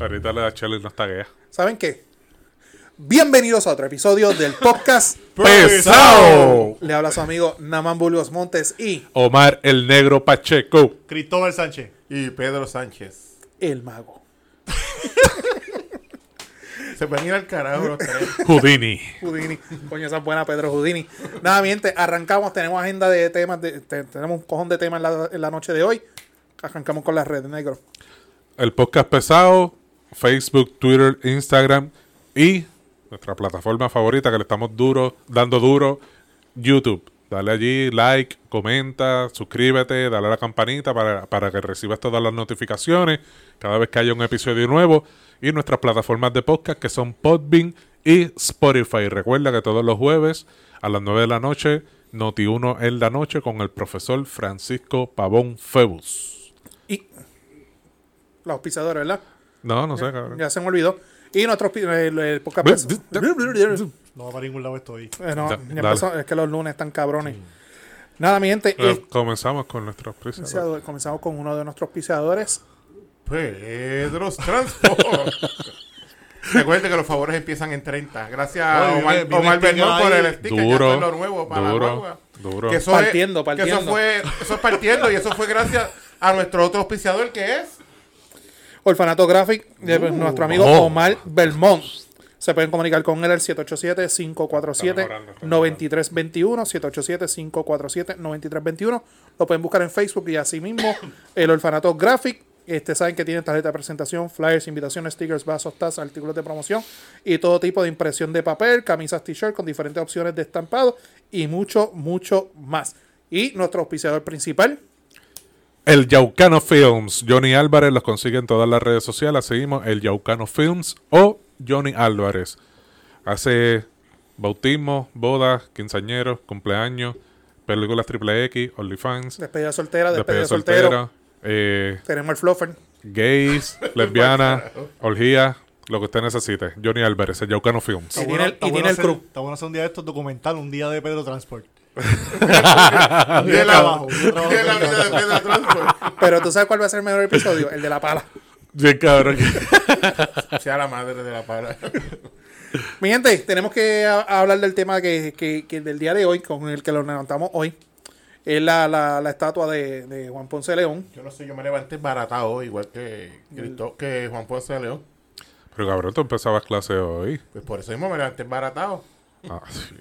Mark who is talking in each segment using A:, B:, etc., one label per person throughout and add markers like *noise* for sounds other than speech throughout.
A: Ahorita la Shelly no está gay.
B: ¿Saben qué? Bienvenidos a otro episodio del podcast.
A: ¡Pesado!
B: Le habla su amigo Naman Burgos Montes y
A: Omar el Negro Pacheco.
C: Cristóbal Sánchez. Y Pedro Sánchez.
B: el mago.
C: Se van a ir al carajo los tres.
D: *laughs*
A: Houdini.
B: Houdini. Coño, esa es buena, Pedro Houdini. Nada, miente, arrancamos. Tenemos agenda de temas. de- te- tenemos un cojón de temas en la, en la noche de hoy. Arrancamos con las redes negro.
A: El podcast pesado. Facebook, Twitter, Instagram y nuestra plataforma favorita que le estamos duro, dando duro, YouTube. Dale allí, like, comenta, suscríbete, dale a la campanita para, para que recibas todas las notificaciones cada vez que haya un episodio nuevo. Y nuestras plataformas de podcast que son Podbean y Spotify. Recuerda que todos los jueves a las 9 de la noche, Noti1 en la noche con el profesor Francisco Pavón Febus.
B: Y los auspiciadores, ¿verdad?
A: No, no sé, cabrón.
B: Ya se me olvidó. Y nuestro auspici- el, el podcast.
A: Ve-
B: pes-
A: ve-
C: No va para ningún lado estoy.
B: Eh, no,
A: Da-
B: ya empezó, es que los lunes están cabrones. Nada, mi gente.
A: Eh,
B: este-
A: comenzamos con nuestros precios.
B: auspiciador. Comenzamos con uno de nuestros auspiciadores.
C: Pedro Transport. Recuerden que los favores empiezan en 30. Gracias a
D: Oye,
C: Omar,
D: viene-
C: Omar
D: viene
C: Bernón por
D: ahí.
C: el sticker.
A: Duro,
C: Ya está lo nuevo para
A: duro,
C: la guagua.
A: duro.
C: Que eso
B: Partiendo,
C: es,
B: partiendo.
C: Que eso, fue, eso es partiendo y eso fue gracias a nuestro otro auspiciador que es...
B: Orfanato Graphic de nuestro amigo
A: oh.
B: Omar Belmont. Se pueden comunicar con él al
A: Está mejorando, está
B: 787-547-9321. 787-547-9321. Lo pueden buscar en Facebook y así mismo el Orfanato Graphic. Este, saben que tienen tarjeta de presentación, flyers, invitaciones, stickers, vasos, tazas, artículos de promoción y todo tipo de impresión de papel, camisas, t-shirt con diferentes opciones de estampado y mucho, mucho más. Y nuestro auspiciador principal,
A: El Yaucano Films. Johnny Álvarez los consigue en todas las redes sociales. Seguimos el Yaucano Films o Johnny Álvarez. Hace bautismos, bodas, quinceañeros, cumpleaños, películas triple X, OnlyFans,
B: despedida soltera, despedida,
A: despedida
B: soltero.
A: soltera, eh,
B: Tenemos el fluffer. *laughs*
A: gays, lesbianas, orgías, lo que usted necesite. Johnny Álvarez, el Yaucano Films.
B: Y tiene el- y tiene el
C: hacer-
B: crew.
D: Está bueno hacer un día de estos documental, un día de Pedro Transport.
A: Ah,
C: Y
D: Yo
C: es la-
D: trabajo,
C: y
D: yo
C: es la vida
D: trabajo.
C: de Pedro Transport.
B: Pero tú sabes cuál va a ser el mejor episodio, el de la pala.
A: Bien cabrón.
C: Sea la madre de la palabra.
B: Mi gente, tenemos que a- a hablar del tema que, que- que del día de hoy, con el que lo levantamos hoy. Es la, la- la estatua de, de Juan Ponce de León.
C: Yo no sé, yo me levanté embaratado igual que, Cristó- que Juan Ponce de León.
A: Pero cabrón, tú empezabas clase hoy.
C: Pues por eso mismo me levanté embaratado.
A: Ah, sí.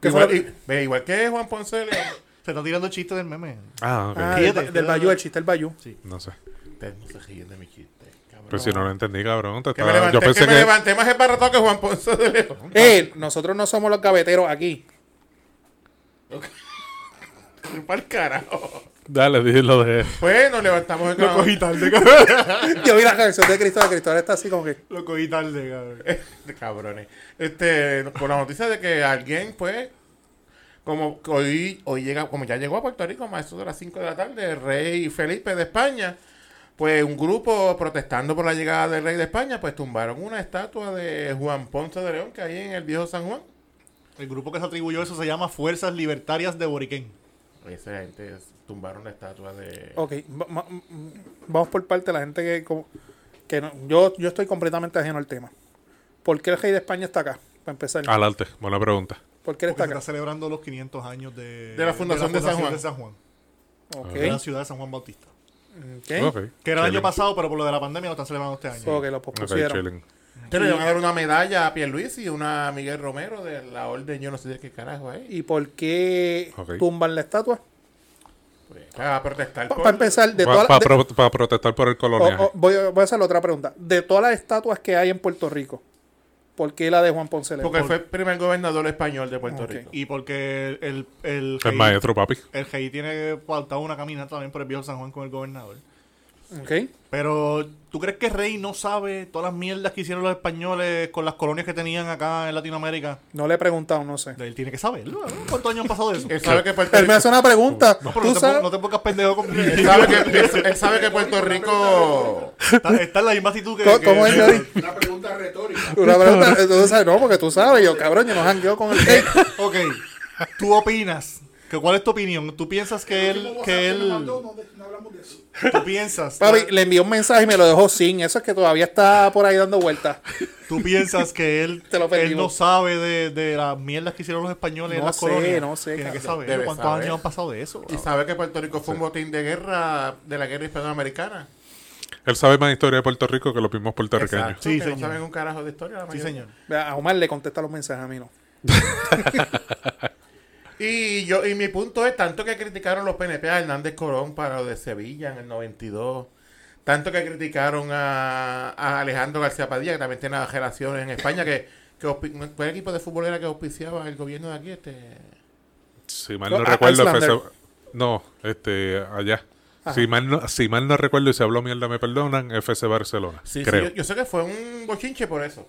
B: ¿Qué
C: Igual,
B: fue?
C: i- ve, igual que Juan Ponce de León.
D: Se está tirando chistes del meme.
A: Ah, ok.
B: Ah,
D: Fíjate,
B: del, ba-
D: fíjate.
B: del Bayou, el chiste del Bayou.
A: No sé.
C: Ustedes no se ríen de mi chiste, cabrón.
A: Pero si no lo entendí, cabrón. te
C: que me
A: estaba-
C: levanté,
A: Ah, yo pensé
C: que me
A: que.
C: levanté más embaratado que Juan Ponce de León. *laughs*
B: Eh, nosotros no somos los gaveteros aquí. *laughs*
C: Para el carajo.
A: Dale, dilo de.
C: Pues nos levantamos en
D: Lo
C: cama.
D: cogí *laughs* tarde, cabrón.
B: Yo vi la canción de Cristóbal. Cristóbal está así como que.
D: Lo cogí tarde, cabrón.
C: De *laughs* cabrones. Este, con la noticia de que alguien, pues, como que hoy, hoy llega, como ya llegó a Puerto Rico, más eso de las 5 de la tarde, el rey Felipe de España, pues un grupo protestando por la llegada del rey de España, pues tumbaron una estatua de Juan Ponce de León que hay en el viejo San Juan.
D: El grupo que se atribuyó eso se llama Fuerzas Libertarias de Boriquén.
C: Esa gente es- tumbaron la estatua de.
B: Ok, va- ma- mm, vamos por parte de la gente que. como- que no- yo, yo estoy completamente ajeno al tema. ¿Por qué el rey de España está acá? Para empezar.
D: Ah.
A: Adelante, buena pregunta.
B: ¿Por qué él
D: Porque
B: está
D: se está
B: acá?
D: celebrando los 500 años de,
C: De la fundación de San Juan.
D: de San Juan. De la
B: Ok.
D: ciudad de San Juan Bautista.
B: ok.
A: Ok.
D: Que era el año
A: Chilling.
D: pasado, pero por lo de la pandemia lo están celebrando este año.
B: So que lo
A: Ok,
B: pospusieron.
A: chilling.
C: Pero le van a dar una medalla a Pierluisi y una a Miguel Romero de la orden, yo no sé de qué carajo es.
B: ¿Y por qué
A: Ok.
B: tumban la estatua?
C: Pues, para protestar.
B: Para
C: por-
B: empezar, de Oh,
A: Pa-
B: todas
A: pa
B: las-
A: pro- pa protestar por el
B: de-
A: colonial.
B: o- o- voy, a- voy a hacer otra pregunta. De todas las estatuas que hay en Puerto Rico, ¿por qué la de Juan Ponce León?
C: Porque fue el primer gobernador español de Puerto
B: Ok.
C: Rico.
D: Y porque el, el, el
A: el
D: rey-
A: maestro, papi.
D: el rey tiene pautado una caminata también por el viejo San Juan con el gobernador.
B: Ok.
D: Pero, ¿tú crees que Rey no sabe todas las mierdas que hicieron los españoles con las colonias que tenían acá en Latinoamérica?
B: No le he preguntado, no sé.
D: Él tiene que saberlo. ¿no? ¿Cuántos años han pasado de eso?
C: Él sabe que
B: *laughs*
C: Puerto
B: Él me
C: Rico,
B: hace una pregunta.
D: No, pero
B: ¿Tú
D: no, te,
B: sabes?
D: po- no te pongas pendejo conmigo.
C: él sabe que, él- él sabe que Puerto Rico
D: está, está en la misma actitud que...
B: ¿Cómo-
D: que-
B: cómo es, Yori?
E: Una pregunta retórica.
B: Una pregunta, eh, tú sabes, no, porque tú sabes, yo cabrón, yo nos jangueo con el rey.
D: Ok, ¿tú opinas? ¿Que ¿Cuál es tu opinión? ¿Tú piensas que él...
E: ¿Cómo
D: Que
E: se hace? No,
D: él...
E: no, no hablamos de eso.
D: Tú piensas.
B: Papi, le envió un mensaje y me lo dejó sin. Eso es que todavía está por ahí dando vueltas.
D: Tú piensas que él,
B: *laughs* Te lo
D: él
B: pedimos.
D: no sabe de, de las mierdas que hicieron los españoles en
B: No
D: las
B: sé,
D: colonias.
B: no sé,
D: Tiene que
B: cabrón.
D: saber
C: Debe
D: cuántos
C: saber.
D: años han pasado de eso.
C: Y
D: cabrón.
C: sabe que Puerto Rico fue un botín de guerra de la guerra hispanoamericana.
A: Él sabe más historia de Puerto Rico que los mismos puertorriqueños.
C: Exacto,
D: Sí,
C: que
D: señor.
C: No saben un carajo de historia. La
D: Sí,
C: mayoría.
D: señor.
B: Vea, A Omar le contesta los mensajes a mí, no.
C: Y yo y mi punto es tanto que criticaron los PNP a Hernández Corón para lo de Sevilla en el 92. Tanto que criticaron a, a Alejandro García Padilla, que también tiene relaciones en España, que, que auspi- ¿cuál equipo de fútbol era que auspiciaba el gobierno de aquí? Este,
A: Si mal
B: No,
A: no
B: a-
A: recuerdo, fue
B: Islander.
A: ese- no, este, allá. Si mal, no, si mal no recuerdo y se habló mierda, me perdonan, FC Barcelona.
C: Sí, sí,
A: creo.
C: yo, yo sé que fue un bochinche por eso.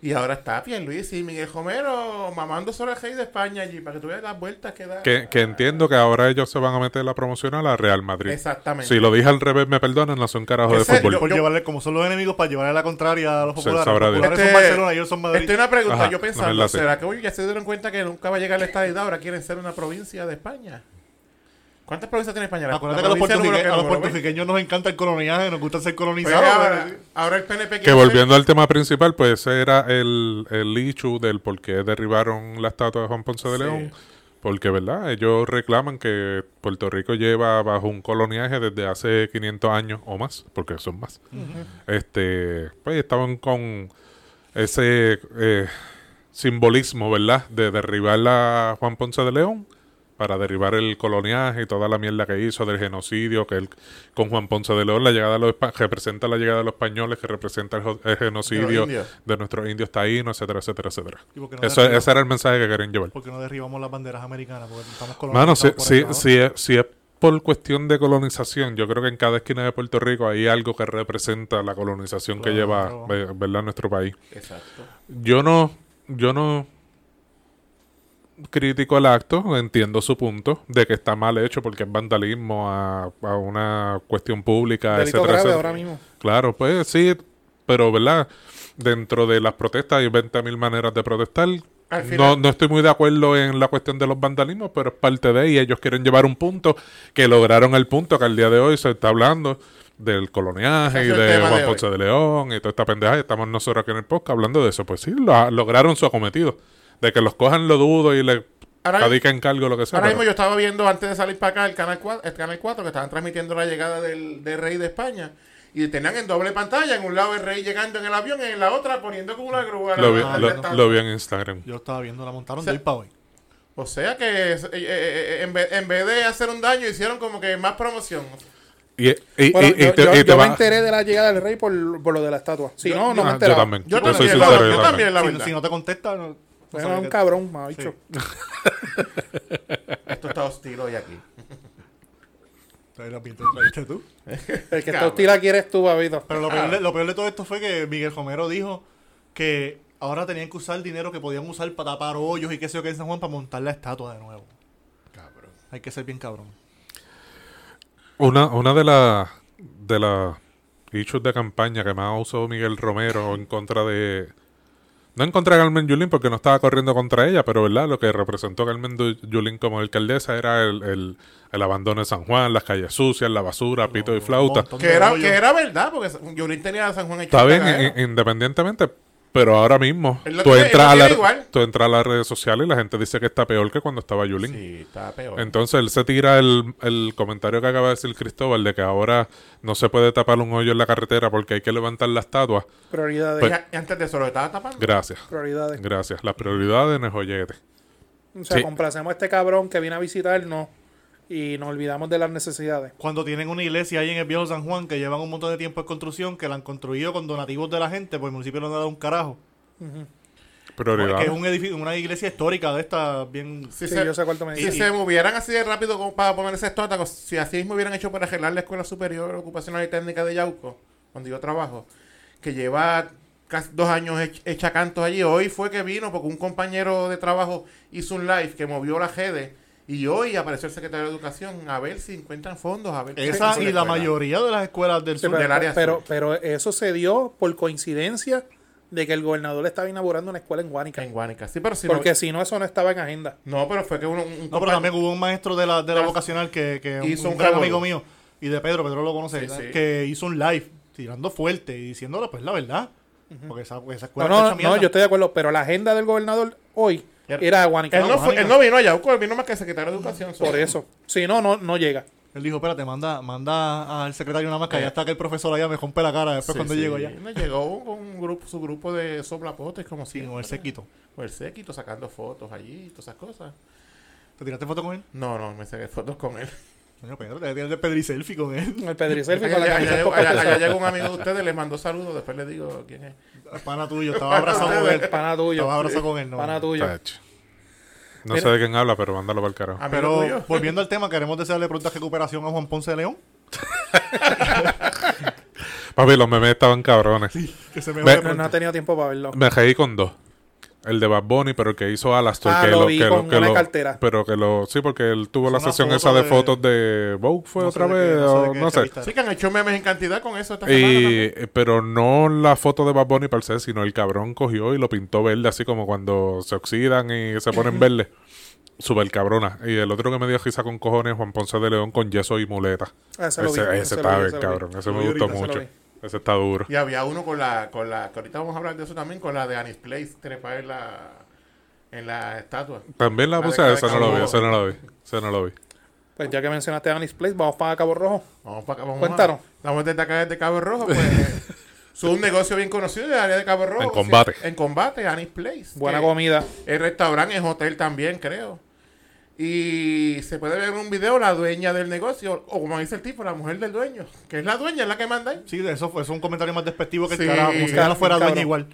C: Y ahora está Luis y Miguel Romero mamando sobre el rey de España allí, para que tú veas las vueltas que da.
A: que, que entiendo que ahora ellos se van a meter la promoción a la Real Madrid.
C: Exactamente.
A: Si lo dije al revés, me perdonan, no soy un carajo de
C: Ese-
A: fútbol.
D: Por
C: Yo-
D: llevarle, como son los enemigos, para llevarle la contraria a los
A: Se
D: populares. Los
A: sabrá Dios.
D: populares son
C: Este-
D: Barcelona y ellos son Madrid.
C: Estoy una pregunta,
A: Ajá,
C: yo
A: no es
C: pensando,
A: la C.
C: ¿será que hoy ya se dieron cuenta que nunca va a llegar la estadidad? Ahora quieren ser una provincia de España. ¿Cuántas provincias tiene España? La-
D: Acuérdate
C: la
D: que a los,
C: provincia número
D: puertorrique-
C: que-
D: a los
C: número veinte.
D: puertorriqueños nos encanta el coloniaje, nos gusta ser
C: Pues
D: colonizados.
C: ahora, ahora el PNP
A: Que
C: quiere
A: volviendo al tema principal, pues ese era el, el issue del por qué derribaron la estatua de Juan Ponce de
C: Sí.
A: León. Porque, ¿verdad? Ellos reclaman que Puerto Rico lleva bajo un coloniaje desde hace 500 años o más, porque son más. Este, pues estaban con ese eh, simbolismo, ¿verdad? De derribar a Juan Ponce de León para derribar el coloniaje y toda la mierda que hizo del genocidio, que él con Juan Ponce de León, la llegada de los espa- representa la llegada de los españoles, que representa el, jo- el genocidio de,
C: indios.
A: nuestros indios taínos, etcétera, etcétera, etcétera.
D: ¿Y por qué no
A: Eso,
D: derribar?
A: ese era el mensaje que querían llevar.
D: Porque no derribamos las banderas americanas, porque
A: Mano,
D: estamos colonizados.
A: si,
D: por
A: si,
D: eso, ¿no?
A: si es, si es por cuestión de colonización, yo creo que en cada esquina de Puerto Rico hay algo que representa la colonización que lleva,
D: Claro.
A: ve- ¿verdad?, nuestro país.
C: Exacto.
A: Yo no, yo no critico el acto, entiendo su punto de que está mal hecho porque es vandalismo a, a una cuestión pública,
B: Delito
A: Ah, etcétera,
B: grave
A: etcétera.
B: ahora mismo.
A: Claro, pues sí, pero ¿verdad? Dentro de las protestas hay 20.000 maneras de protestar.
C: Al
A: No,
C: final.
A: no estoy muy de acuerdo en la cuestión de los vandalismos, pero es parte de y ellos quieren llevar un punto que lograron el punto que al día de hoy se está hablando del coloniaje y
C: Ese es el
A: de
C: tema
A: Juan
C: de hoy.
A: Ponce de León y toda esta pendeja. y Estamos nosotros aquí en el podcast hablando de eso. Pues sí, lo- lograron su acometido. De que los cojan lo dudo y le
C: Ahora-
A: radiquen cargo lo que sea.
C: Ahora
A: pero-
C: mismo yo estaba viendo antes de salir para acá el canal 4, el canal 4 que estaban transmitiendo la llegada del, del rey de España. Y tenían en doble pantalla, en un lado el rey llegando en el avión, en la otra poniendo con una grúa.
A: lo, vi,
C: la-
A: lo-
C: la estatua.
A: lo vi en Instagram.
D: Yo lo estaba viendo, la montaron
C: sea,
D: de hoy para hoy.
C: O sea que es- eh, eh, eh, en, vez, en vez de hacer un daño, hicieron como que más promoción.
A: Y, y- y-
B: Bueno,
A: y
B: yo,
A: te, y
B: yo-
A: te
B: yo me
A: va-
B: enteré de la llegada del rey por, por lo de la estatua. Si no, no
A: Ah,
B: me
A: yo
B: enteraba.
A: también.
C: Yo
A: Yo, soy
C: también,
A: sincero,
C: la-
A: yo
C: yo
A: también.
C: también, la
D: si,
C: verdad.
D: si no te contesta, no. no
B: Bueno,
D: sabía
B: un
D: que-
B: cabrón, macho.
C: Esto está hostil hoy aquí.
D: Trae la pinta, traíste tú.
B: *laughs* El que está
C: Cabrón.
B: hostil aquí eres tú, babito.
D: Pero lo peor, de, lo peor de todo esto fue que Miguel Romero dijo que ahora tenían que usar dinero que podían usar para tapar hoyos y qué sé yo que en San Juan para montar la estatua de nuevo.
C: Cabrón.
D: Hay que ser bien cabrón.
A: Una, una de las de las issues de campaña que más usó Miguel Romero en contra de. No en contra de Carmen Yulín porque no estaba corriendo contra ella, pero ¿verdad? lo que representó Carmen Du- Yulín como alcaldesa era el, el- el abandono de San Juan, las calles sucias, la basura, pito y flauta.
D: Montón de
C: Que era,
D: hoyos.
C: que era verdad, porque Yulín tenía a San Juan hecho
A: Está
C: un
A: bien,
C: cagadero.
A: in- independientemente. Pero ahora mismo,
C: Él lo
A: tú
C: tiene- él
A: entras,
C: lo
A: a
C: tiene
A: la,
C: igual.
A: tú entras a las redes sociales y la gente dice que está peor que cuando estaba Yulín.
C: Sí, está peor.
A: Entonces él se tira el, el comentario que acaba de decir Cristóbal de que ahora no se puede tapar un hoyo en la carretera porque hay que levantar la estatua.
B: Prioridades.
A: Pues-
C: Y antes de eso lo estaba tapando.
A: Gracias,
B: prioridades.
A: gracias. Las prioridades no es joyete.
B: O sea,
A: Sí.
B: complacemos a este cabrón que viene a visitarnos y nos olvidamos de las necesidades.
D: Cuando tienen una iglesia ahí en el viejo San Juan que llevan un montón de tiempo en construcción, que la han construido con donativos de la gente, pues el municipio no le ha dado un carajo.
A: Prioridades.
D: Que es un edificio, una iglesia histórica de estas bien...
C: Si,
B: Sí,
C: se,
B: yo sé cuál tú me
C: si
B: dices.
C: se movieran así de rápido como para poner ese estatua, si así mismo hubieran hecho para arreglar la Escuela Superior Ocupacional y Técnica de Yauco, donde yo trabajo, que lleva casi dos años hech- hecha cantos allí. Hoy fue que vino porque un compañero de trabajo hizo un live que movió la GEDE y hoy apareció el secretario de Educación a ver si encuentran fondos, a ver qué
D: Esa
C: hacen
D: y
C: con
D: la
C: escuela.
D: mayoría de las escuelas del
B: Sí,
D: sur.
C: del área
B: pero, pero,
C: sur.
B: pero eso se dio por coincidencia de que el gobernador estaba inaugurando una escuela en Guánica.
C: En Guánica. Sí, pero si
B: porque
C: no,
B: si no, eso no estaba en agenda.
C: no, pero fue que uno, un, un
D: No, pero
C: compa-
D: también hubo un maestro de la, de la
C: Tras-
D: vocacional que, que
C: Hizo
D: un,
C: un
D: gran
C: revolú.
D: amigo mío y de Pedro, Pedro lo conoce,
C: Sí,
D: ¿verdad?
C: sí.
D: que hizo un live tirando fuerte y diciéndole pues la verdad. Porque esa, esa
B: No,
D: escuela está
B: no,
D: hecha
B: no,
D: mierda.
B: yo estoy de acuerdo, pero la agenda del gobernador hoy
C: Él-
B: era Guanica.
C: Él no, fue- él no vino a Yauco, él vino más que secretario de Educación. so.
B: Por eso. Si no, no, no llega.
D: Él dijo, espérate, manda, manda al secretario una máscara, ya está que el profesor allá me rompe la cara después
C: Eh. Sí,
D: cuando
C: sí.
D: llego allá.
C: No, llegó con un grupo, su grupo de soplapotes, como si.
D: Sí, con el sequito.
C: Con el séquito, sacando fotos allí y todas esas cosas.
D: ¿Te tiraste foto con él?
C: No, no, me saqué fotos con él.
D: Coño, Pedro, te tiraste pedir selfie con él. *laughs*
B: El Pedricel
C: Allá,
B: con la camisa
C: allá- allá-
B: de
C: allá-
B: Coca-Cola.
C: allá llegó un amigo de ustedes, les mandó saludos, después les digo quién es.
D: Pana tuyo, estaba abrazado con él.
B: Pana tuyo.
D: Estaba abrazado con él, no.
B: Pana tuyo.
A: Tacho. No
B: Mira-
A: sé de quién habla, pero mándalo para el carajo.
C: Amigo
D: Pero
C: tuyo.
D: volviendo al tema, queremos desearle pronta recuperación a Juan Ponce de León.
A: Papi, los memes estaban cabrones.
D: Que se
A: Ve-
D: mejore
B: No, no ha
D: pronto.
B: tenido tiempo para verlo.
A: Me reí con dos. El de Bad Bunny, pero el que hizo Alastor.
B: Ah,
A: que
B: lo vi
A: que
B: con
A: que
B: una cartera.
A: Pero que lo. Sí, porque él tuvo la
D: una
A: sesión
D: foto
A: esa de,
D: de-
A: fotos de Vogue, fue
D: No sé
A: otra
D: de qué-
A: vez,
D: no sé de
A: o
D: qué
A: no sé.
D: entrevista.
C: Sí que han hecho memes en cantidad con eso esta semana. también.
A: Y, eh, pero no la foto de Bad Bunny per se, sino el cabrón cogió y lo pintó verde, así como cuando se oxidan y se
B: *laughs*
A: ponen verde. Super cabrona. Y el otro que me dio risa con cojones, Juan Ponce de León con yeso y muleta.
B: Ah, ese
A: Ese,
B: lo vi,
A: ese
B: ese lo
A: está
B: vi,
A: bien,
B: ese lo vi.
A: cabrón. Ese
D: Lo
A: me
D: vi
A: gustó
D: ahorita,
B: ese
A: mucho.
B: lo vi.
A: Ese está duro.
C: Y había uno con la, con la, que ahorita vamos a hablar de eso también, con la de Anis Place trepada en la, en la estatua.
A: También la
C: La de
A: puse,
C: cada
A: esa no lo vi,
C: cabrón.
A: esa no lo vi. Esa no lo vi.
B: Pues ya que mencionaste a Anis Place, vamos para Cabo Rojo.
C: Vamos para acá, vamos
B: Cuéntanos.
C: a- Estamos desde acá, desde Cabo Rojo,
D: *laughs*
C: pues. es un negocio bien conocido del área de Cabo Rojo.
A: En combate.
C: sí, en combate, Anis Place.
B: Buena
C: que
B: comida.
C: El restaurante es hotel también, creo. Y se puede ver en un video la dueña del negocio, o como dice el tipo, la mujer del dueño, que es la dueña, es la que manda ahí.
D: Sí, eso fue eso es un comentario más despectivo que el
C: Sí,
D: carajo, como si ella no fuera
B: cabrón.
D: dueña igual.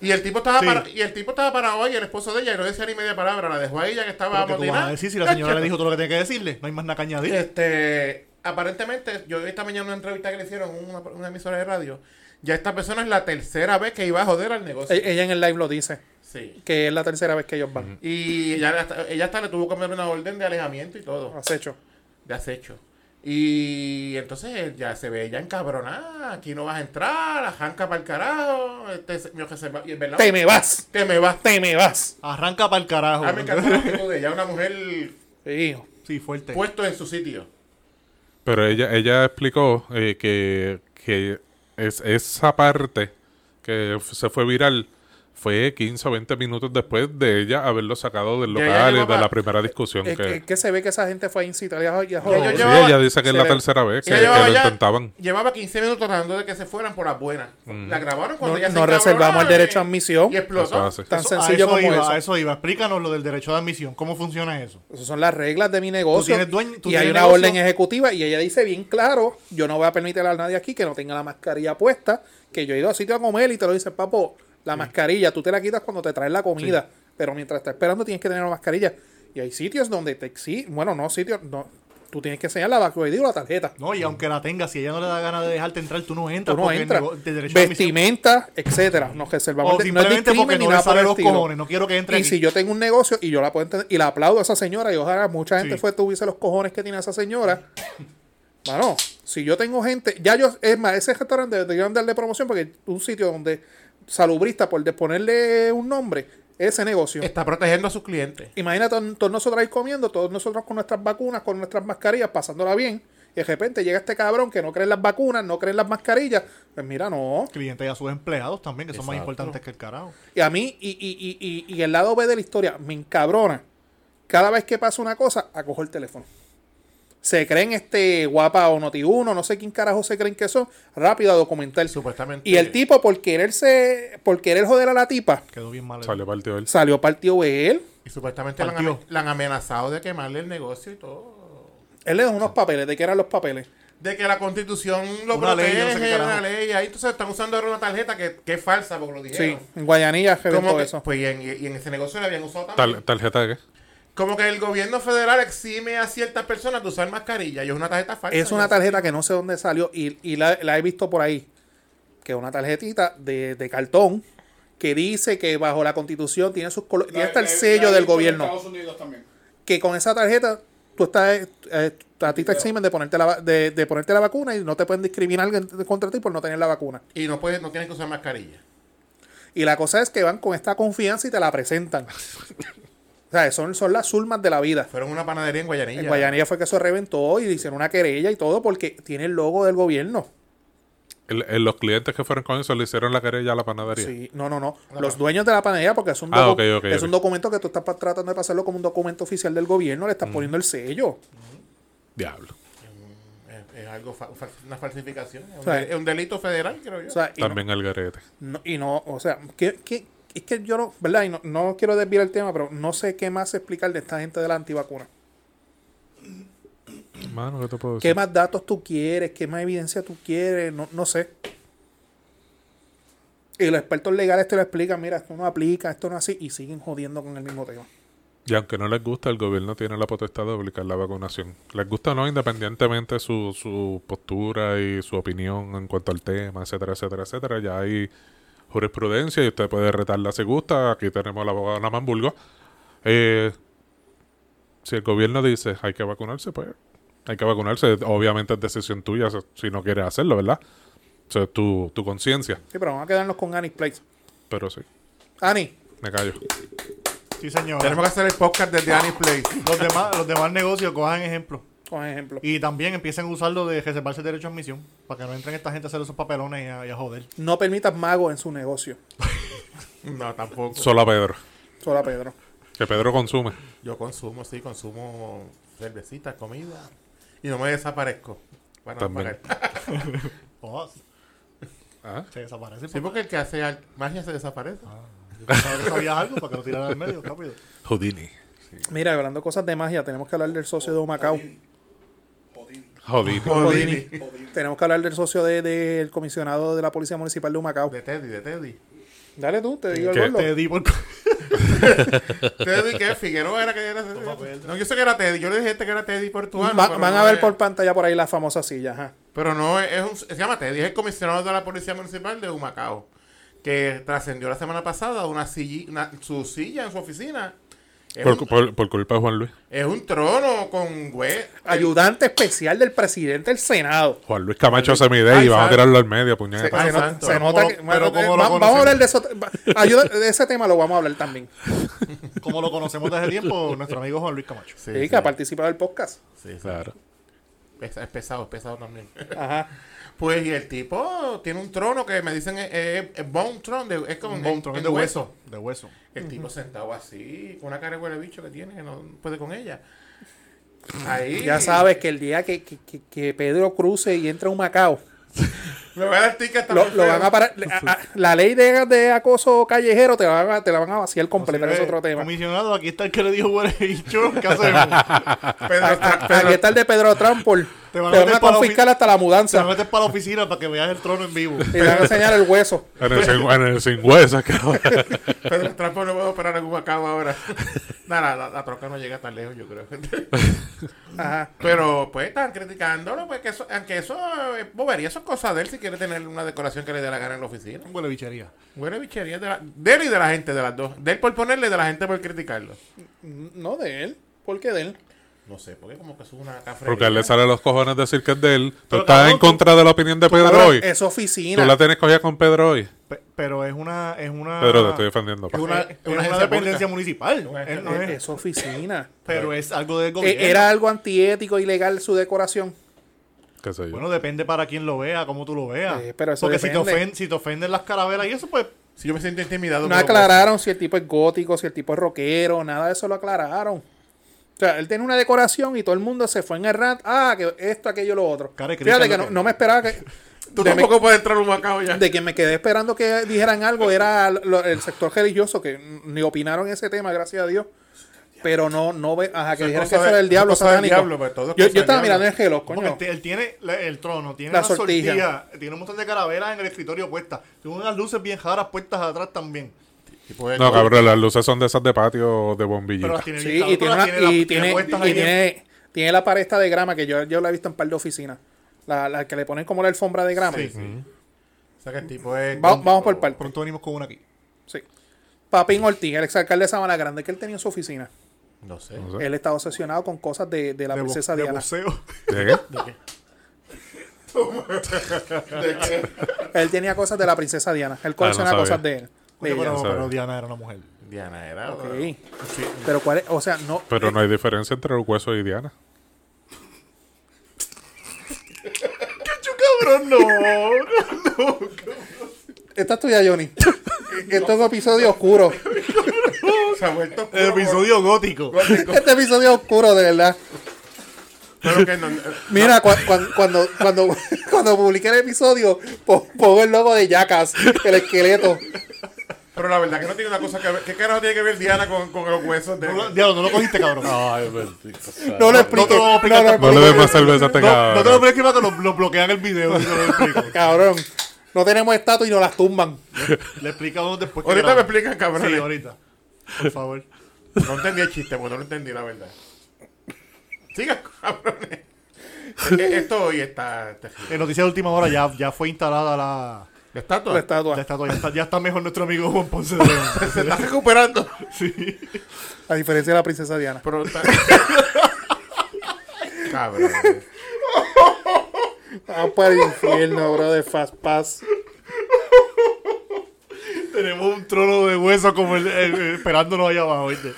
C: Y el tipo estaba
D: Sí.
C: para, y el tipo estaba parado ahí, el esposo de ella, y no decía ni media palabra, la dejó a ella que estaba
D: Pero que tú vas a
C: amotinada.
D: decir si
C: *laughs*
D: la señora le dijo todo lo que tenía que decirle, no hay más nada que añadir.
B: Eh.
C: Este, aparentemente, yo vi esta mañana una entrevista que le hicieron a una, una emisora de radio. Ya esta persona es la tercera vez que iba a joder al negocio.
B: E- Ella en el live lo dice,
C: Sí.
B: que es la tercera vez que ellos van.
C: Y ella hasta, ella hasta le tuvo que poner una orden de alejamiento y todo,
B: Has hecho.
C: de acecho. Y entonces ya se ve ella encabronada. Aquí no vas a entrar, arranca para el carajo. Este, se- mi reserva- y en verdad,
B: ¡Te me vas!
C: te me vas.
B: ¡Te me vas!
D: Arranca para el carajo.
C: A mí me encanta la actitud de ella, una mujer
B: Hijo.
D: Sí, fuerte.
B: Pues,
C: puesto en su sitio.
A: Pero ella, ella explicó eh, que, que es, esa parte que f- se fue viral fue 15 o 20 minutos después de ella haberlo sacado del
C: Ya ella
A: local y de
C: llevaba-
A: la primera discusión
B: Es Eh, que,
A: que...
B: es que se ve que esa gente fue a incitar y a- y a
A: Sí,
C: yo
B: joder.
C: llevaba-
A: ella dice que es
B: se
A: la
B: le-
A: tercera vez que,
C: Ella
A: que
C: llevaba,
A: lo
C: ya-
A: intentaban.
C: llevaba 15 minutos tratando de que se fueran por las buenas. La grabaron cuando
B: No-
C: ella se
B: nos
C: encabronó
B: reservamos el
C: y-
B: derecho a admisión.
C: Y explotó.
A: Eso hace.
B: Tan
D: Eso-
B: sencillo
D: a eso
B: como
D: iba,
B: eso.
D: A eso iba. Explícanos lo del derecho de admisión. ¿Cómo funciona eso?
B: Esas son las reglas de mi negocio.
D: tienes dueño- tú
B: y hay
D: tienes
B: una
D: negocio.
B: orden ejecutiva y ella dice bien claro, yo no voy a permitir a nadie aquí que no tenga la mascarilla puesta, que yo he ido a sitio a comer y te lo dice, papo, la mascarilla, tú te la quitas cuando te traen la comida, pero mientras estás esperando tienes que tener la mascarilla. Y hay sitios donde te exigen, bueno, no sitios, no, tú tienes que enseñar la vacuna ID o la tarjeta.
D: No, y aunque la tenga, si ella no le da ganas de dejarte entrar, tú no entras.
B: Tú no
D: porque el
B: entras.
D: nego- de derecho de admisión.
B: Vestimenta, etcétera. Nos reservamos.
D: O
B: el de- no es
D: simplemente
B: discrimen
D: porque
B: ni
D: no le
B: nada por
D: sale
B: el
D: los
B: estilo.
D: cojones. No quiero que entre
B: Y
D: aquí.
B: si yo tengo un negocio y yo la puedo entender, y la aplaudo a esa señora, y ojalá mucha gente
D: Sí.
B: fue tuviese los cojones que tiene esa señora. Mano, si yo tengo gente, ya yo, es más, ese restaurante deberían darle promoción porque es un sitio donde salubrista, por de- ponerle un nombre, ese negocio.
C: Está protegiendo a sus clientes.
B: Imagínate todos todos nosotros ahí comiendo, todos nosotros con nuestras vacunas, con nuestras mascarillas, pasándola bien. Y de repente llega este cabrón que no cree en las vacunas, no cree en las mascarillas. Pues mira, no.
D: Clientes y a sus empleados también, que son más
C: Exacto.
D: importantes que el carajo.
B: Y a mí, y, y, y, y, y el lado B de la historia, me encabrona. Cada vez que pasa una cosa, acojo el teléfono. Se creen este guapa o noti uno, no sé quién carajo se creen que son, rápido a documentar.
C: Supuestamente.
B: Y el tipo, por quererse, por querer joder a la tipa,
D: Quedó bien mal.
A: Salió partido él.
B: salió partido de él.
C: Y supuestamente la han,
D: Partió.
C: ame- la han amenazado de quemarle el negocio y todo.
B: Él le dio unos papeles, ¿de qué eran los papeles?
C: De que la constitución lo
D: Una ley,
C: protege,
D: yo no sé qué carajo.
C: una ley. Ahí entonces están usando ahora una tarjeta que, que es falsa, porque lo
B: Sí,
C: dijeron.
B: en Guayanilla
C: Como
B: reventó
C: que-
B: eso.
C: Pues y en, y en ese negocio le habían usado también.
A: Tal- ¿Tarjeta de qué?
C: Como que el gobierno federal exime a ciertas personas de usar mascarilla. Y es una tarjeta falsa.
B: Es una
C: tarjeta.
B: tarjeta que no sé dónde salió y, y la, la he visto por ahí. Que es una tarjetita de, de cartón que dice que bajo la constitución tiene sus colo- tiene hasta el sello del gobierno.
E: Estados Unidos también.
B: Que con esa tarjeta tú estás eh, a ti te eximen de ponerte la va- de, de ponerte la vacuna y no te pueden discriminar contra ti por no tener la vacuna.
C: Y no, puedes, no tienes que usar mascarilla.
B: Y la cosa es que van con esta confianza y te la presentan. O sea, son, son las ulmas de la vida.
C: Fueron una panadería en Guayanilla.
B: En Guayanilla fue que eso reventó y le hicieron una querella y todo porque tiene el logo del gobierno.
A: El- el- los clientes que fueron con eso le hicieron la querella a la panadería.
B: Sí, no, no, no. Los dueños de la panadería, porque es un,
A: Ah,
B: docu-
A: ok, ok,
B: es
A: ok.
B: un documento que tú estás pa- tratando de pasarlo como un documento oficial del gobierno, le estás poniendo el sello.
A: Diablo.
C: Es, es algo fa- fa- una falsificación. Es un,
B: Sí.
C: de- es un delito federal, creo yo.
B: O sea, y no-
A: También el garete.
B: No, y no, o sea, que, que- es que yo no, ¿verdad? Y no, no quiero desviar el tema, pero no sé qué más explicar de esta gente de la antivacuna.
A: Mano, ¿qué te puedo decir?
B: ¿Qué más datos tú quieres? ¿Qué más evidencia tú quieres? No, no sé. Y los expertos legales te lo explican, mira, esto no aplica, esto no es así, y siguen jodiendo con el mismo tema.
A: Y aunque no les gusta, el gobierno tiene la potestad de obligar la vacunación. Les gusta o no, independientemente de su, su postura y su opinión en cuanto al tema, etcétera, etcétera, etcétera. Ya hay jurisprudencia y usted puede retarla si gusta. Aquí tenemos al abogado Namán Burgos. Eh, si el gobierno dice hay que vacunarse, pues hay que vacunarse. Obviamente es decisión tuya si- si no quieres hacerlo, ¿verdad? O sea, es tu, tu conciencia.
B: Sí, pero vamos a quedarnos con Annie's Place.
A: Pero sí,
B: Annie,
A: me callo.
D: Sí, señor.
C: Tenemos que hacer el podcast
B: *laughs*
C: desde Annie Place.
D: Los demás, los demás negocios cojan ejemplo.
B: con ejemplo.
D: Y también empiecen a usarlo de reservarse el derecho a admisión. Para que no entren esta gente a hacer esos papelones y a, y a joder.
B: No permitas magos en su negocio.
C: No, tampoco.
A: Solo a Pedro.
B: Solo a Pedro.
A: Que Pedro consume.
C: Yo consumo, sí, consumo cervecita, comida. Y no me desaparezco. Para no
A: También.
C: pagar.
D: Oh,
A: Ah,
D: se desaparece.
C: Sí, porque el que hace al- magia se desaparece.
B: Ah.
D: Sabes que sabías algo para que lo tiraran al medio, rápido.
A: Houdini.
B: Mira, hablando de cosas de magia, tenemos que hablar del socio de Humacao.
A: Houdini.
B: Podini. Tenemos que hablar del socio de- del comisionado de la Policía Municipal de Humacao.
C: De Teddy, de Teddy.
B: Dale tú, te digo el
A: ¿Qué?
B: gordo.
D: Te di por...
C: Teddy, ¿qué? Figueroa era que era. No, yo sé que era Teddy. Yo le dije este que era Teddy Portuano.
B: Va-
C: pero
B: van
C: no
B: a ver
C: es-
B: por pantalla por ahí la famosa silla. ajá.
C: Pero no, es un, se llama Teddy, es el comisionado de la Policía Municipal de Humacao, que trascendió la semana pasada una silli- una- su silla en su oficina. Es,
A: Por,
C: un,
A: por- por culpa de Juan Luis.
C: es un trono con güey.
B: Ayudante especial del presidente del Senado.
A: Juan Luis Camacho hace mi idea
C: Ay,
A: y vamos a
C: sabe.
A: tirarlo al medio, puñeta.
C: Ay,
B: Se, no-
C: santo.
B: se
D: Pero
B: nota
D: ¿cómo
B: que. eh,
D: lo- pero ¿cómo
B: va-
D: lo
B: vamos a hablar de eso. va- ayuda- de ese tema lo vamos a hablar también.
D: Como lo conocemos desde tiempo, nuestro amigo Juan Luis Camacho.
C: Sí,
B: Sí,
C: sí.
B: que ha participado del podcast.
C: Sí, sí.
A: Claro.
C: Es, es pesado, es pesado también. *laughs*
B: Ajá.
C: Pues, y el tipo tiene un trono que me dicen es, es- es bone throne, de- es como
D: Un
C: en-
D: monstruo,
C: en
D: es de hueso. De hueso.
C: El tipo sentado así, con una cara de huele bicho que tiene, que no puede con ella. Ahí.
B: Ya sabes que el día que, que- que- que Pedro cruce y entre a un Macao,
C: *laughs* Me va a dar ticket hasta
B: lo,
C: por
B: lo
C: feo.
B: van a parar. a- a- la ley de, de acoso callejero te la, van a, te la van a vaciar completa. que
D: Así
B: Es
D: que,
B: otro tema.
D: Comisionado, aquí está el que le dijo huele bicho. ¿Qué hacemos?
C: Pedro-
B: A- a-
C: Pedro-
B: Aquí está el de Pedro Trump. por- Te van
D: meter
B: a
D: para la
B: confiscar
D: ofi-
B: hasta la
D: Se lo
B: mudanza.
D: metes para la oficina para que veas el trono en vivo.
B: Y le van a enseñar el hueso.
A: En el, sin, en el sin hueso, que ahora-
C: Pedro Trampo no puede operar en
B: *laughs*
C: Humacao ahora. Nada, la, la troca no llega tan lejos, yo creo. *laughs*
B: Ajá.
C: Pero pues están criticándolo, pues que eso, aunque eso es bobería, eso es cosa de él si quiere tener una decoración que le dé la gana en la oficina.
D: Huele bichería.
C: Huele bichería de, la, de él y de la gente, de las dos. De él por ponerle y de la gente por criticarlo.
B: No de él. ¿Por qué de él?
C: No sé, porque como que eso es una cafrería.
A: Porque a él le sale a los cojones decir que es de él. Tú
D: Pero,
A: estás
D: cabrón,
A: en contra de la opinión de Pedro hoy.
B: Es
A: Tú
B: oficina.
A: la tienes cogida con Pedro hoy.
D: Pe- Pero es una. Es una
A: Pedro, te estoy defendiendo. pa.
D: es una, es una
C: agencia
D: dependencia
C: pública.
D: municipal.
C: Una agencia
D: Él no
B: Es,
D: es-
B: es oficina.
D: pero es algo del
B: Eh,
D: gobierno.
B: Era algo antiético, ilegal su decoración.
A: Qué sé yo.
D: Bueno, depende para quién lo vea, cómo tú lo veas.
B: Eh, pero eso
D: Porque si te,
B: depende.
D: ofen- si te ofenden las calaveras y eso, pues.
C: Si yo me siento intimidado.
B: No
C: por-
B: aclararon si el tipo es gótico, si el tipo es rockero, nada de eso lo aclararon. O sea, él tiene una decoración y todo el mundo se fue en el rat. Ah, que esto, aquello, lo otro.
D: Cara de
B: Fíjate
D: Cristian
B: que no,
D: López.
B: no me esperaba que.
C: Tú
B: de,
C: tampoco puedes entrar a Humacao ya.
B: me- de que me quedé esperando que dijeran algo era lo- el sector religioso, que ni opinaron ese tema, gracias a Dios. Pero no, no ve. Ajá, que
C: Eso es
B: dijeron que
C: cosa
B: eso
C: de-
B: era el
C: eso es
B: diablo
C: cosa del
B: satánico.
C: diablo, pero todo es
B: yo,
C: cosa
B: yo
C: del
B: estaba
C: diablo.
B: mirando el reloj, coño.
D: Porque te- él tiene la- el trono, tiene
B: La
D: la, sortilla.
B: sortija.
D: tiene un montón de calaveras en el escritorio puestas. Tiene unas luces bien raras puestas atrás también.
C: Tipo de-
A: No, cabrón, las luces son de esas de patio o de bombillita.
D: Pero las tiene
B: Sí,
D: bien
B: y tiene,
D: cabrón,
B: una,
D: las
B: y tiene,
D: puestas
B: y
D: ahí en-
B: tiene, tiene la pared esta de grama que yo, yo la he visto en par de oficinas. La, la que le ponen como la alfombra de grama.
D: Sí,
B: Sí.
D: sí.
C: O sea que el tipo es.
B: Va- vamos por parte.
D: Pronto venimos con una aquí.
B: Sí. Papín Ortiz, el exalcalde de Sabana Grande, que él tenía en su oficina.
C: No sé.
A: No sé.
B: Él estaba obsesionado con cosas de, de la
D: Pues. De bo-
B: princesa
D: de
B: Diana.
D: boxeo.
A: ¿De
D: *laughs*
A: qué?
B: Él tenía cosas de la princesa Diana. Él colecciona
A: sabía.
B: cosas de él. de
D: Oye,
B: ella.
D: pero,
A: sabe.
D: pero Diana era una mujer. *laughs*
C: Diana era.
B: Ok.
C: otra. Sí.
B: Pero cuál es, o sea, no.
A: Pero no hay diferencia entre el hueso y Diana.
B: *laughs*
D: cabrón, no.
B: Esta es tuya, Johnny. *laughs* Esto es un episodio
D: *laughs*
B: oscuro.
C: Se ha vuelto.
D: El episodio gótico.
C: gótico.
B: Este episodio es oscuro, de verdad.
C: Pero que no- eh,
B: Mira, cua- cua- cuando, cuando, *laughs* cuando publiqué el episodio, po- pongo el logo de Jackass, el esqueleto.
C: Pero la verdad que no tiene una cosa que ver. ¿Qué carajo tiene que ver Diana con, con los huesos de.?
D: No lo- Diablo, no lo cogiste, cabrón. No,
E: Ay, bendito sea.
B: No lo expliqué.
D: te lo voy a explicar
A: No
B: No lo
D: tampoco.
A: le
B: expliqué.
A: des más cerveza a este
D: no, te lo
A: cabrón.
D: voy a escribir que lo, lo bloquean el video. y te lo explico.
B: Cabrón. No tenemos estatua y nos las tumban.
D: Le explicamos después. que
C: Ahorita me
D: grabamos.
C: explican, cabrón.
D: Sí, ahorita. Por favor.
C: No entendí el chiste, bueno, no lo entendí, la verdad. Siga,
B: *laughs*
C: cabrones. Es que esto hoy está terrible.
D: En noticias de última hora ya, ya fue instalada la,
C: ¿La estatua?
B: La
D: la
B: estatua.
D: estatua. Ya está, ya está mejor nuestro amigo Juan Ponce de León.
C: Se está recuperando.
D: Sí.
B: A diferencia de la princesa Diana.
C: Pero
B: *laughs*
C: está... Cabrón.
B: Ah, para el infierno, bro, de Fast Pass.
D: Tenemos un trono de hueso como el, el- el- esperándonos allá abajo, ¿viste?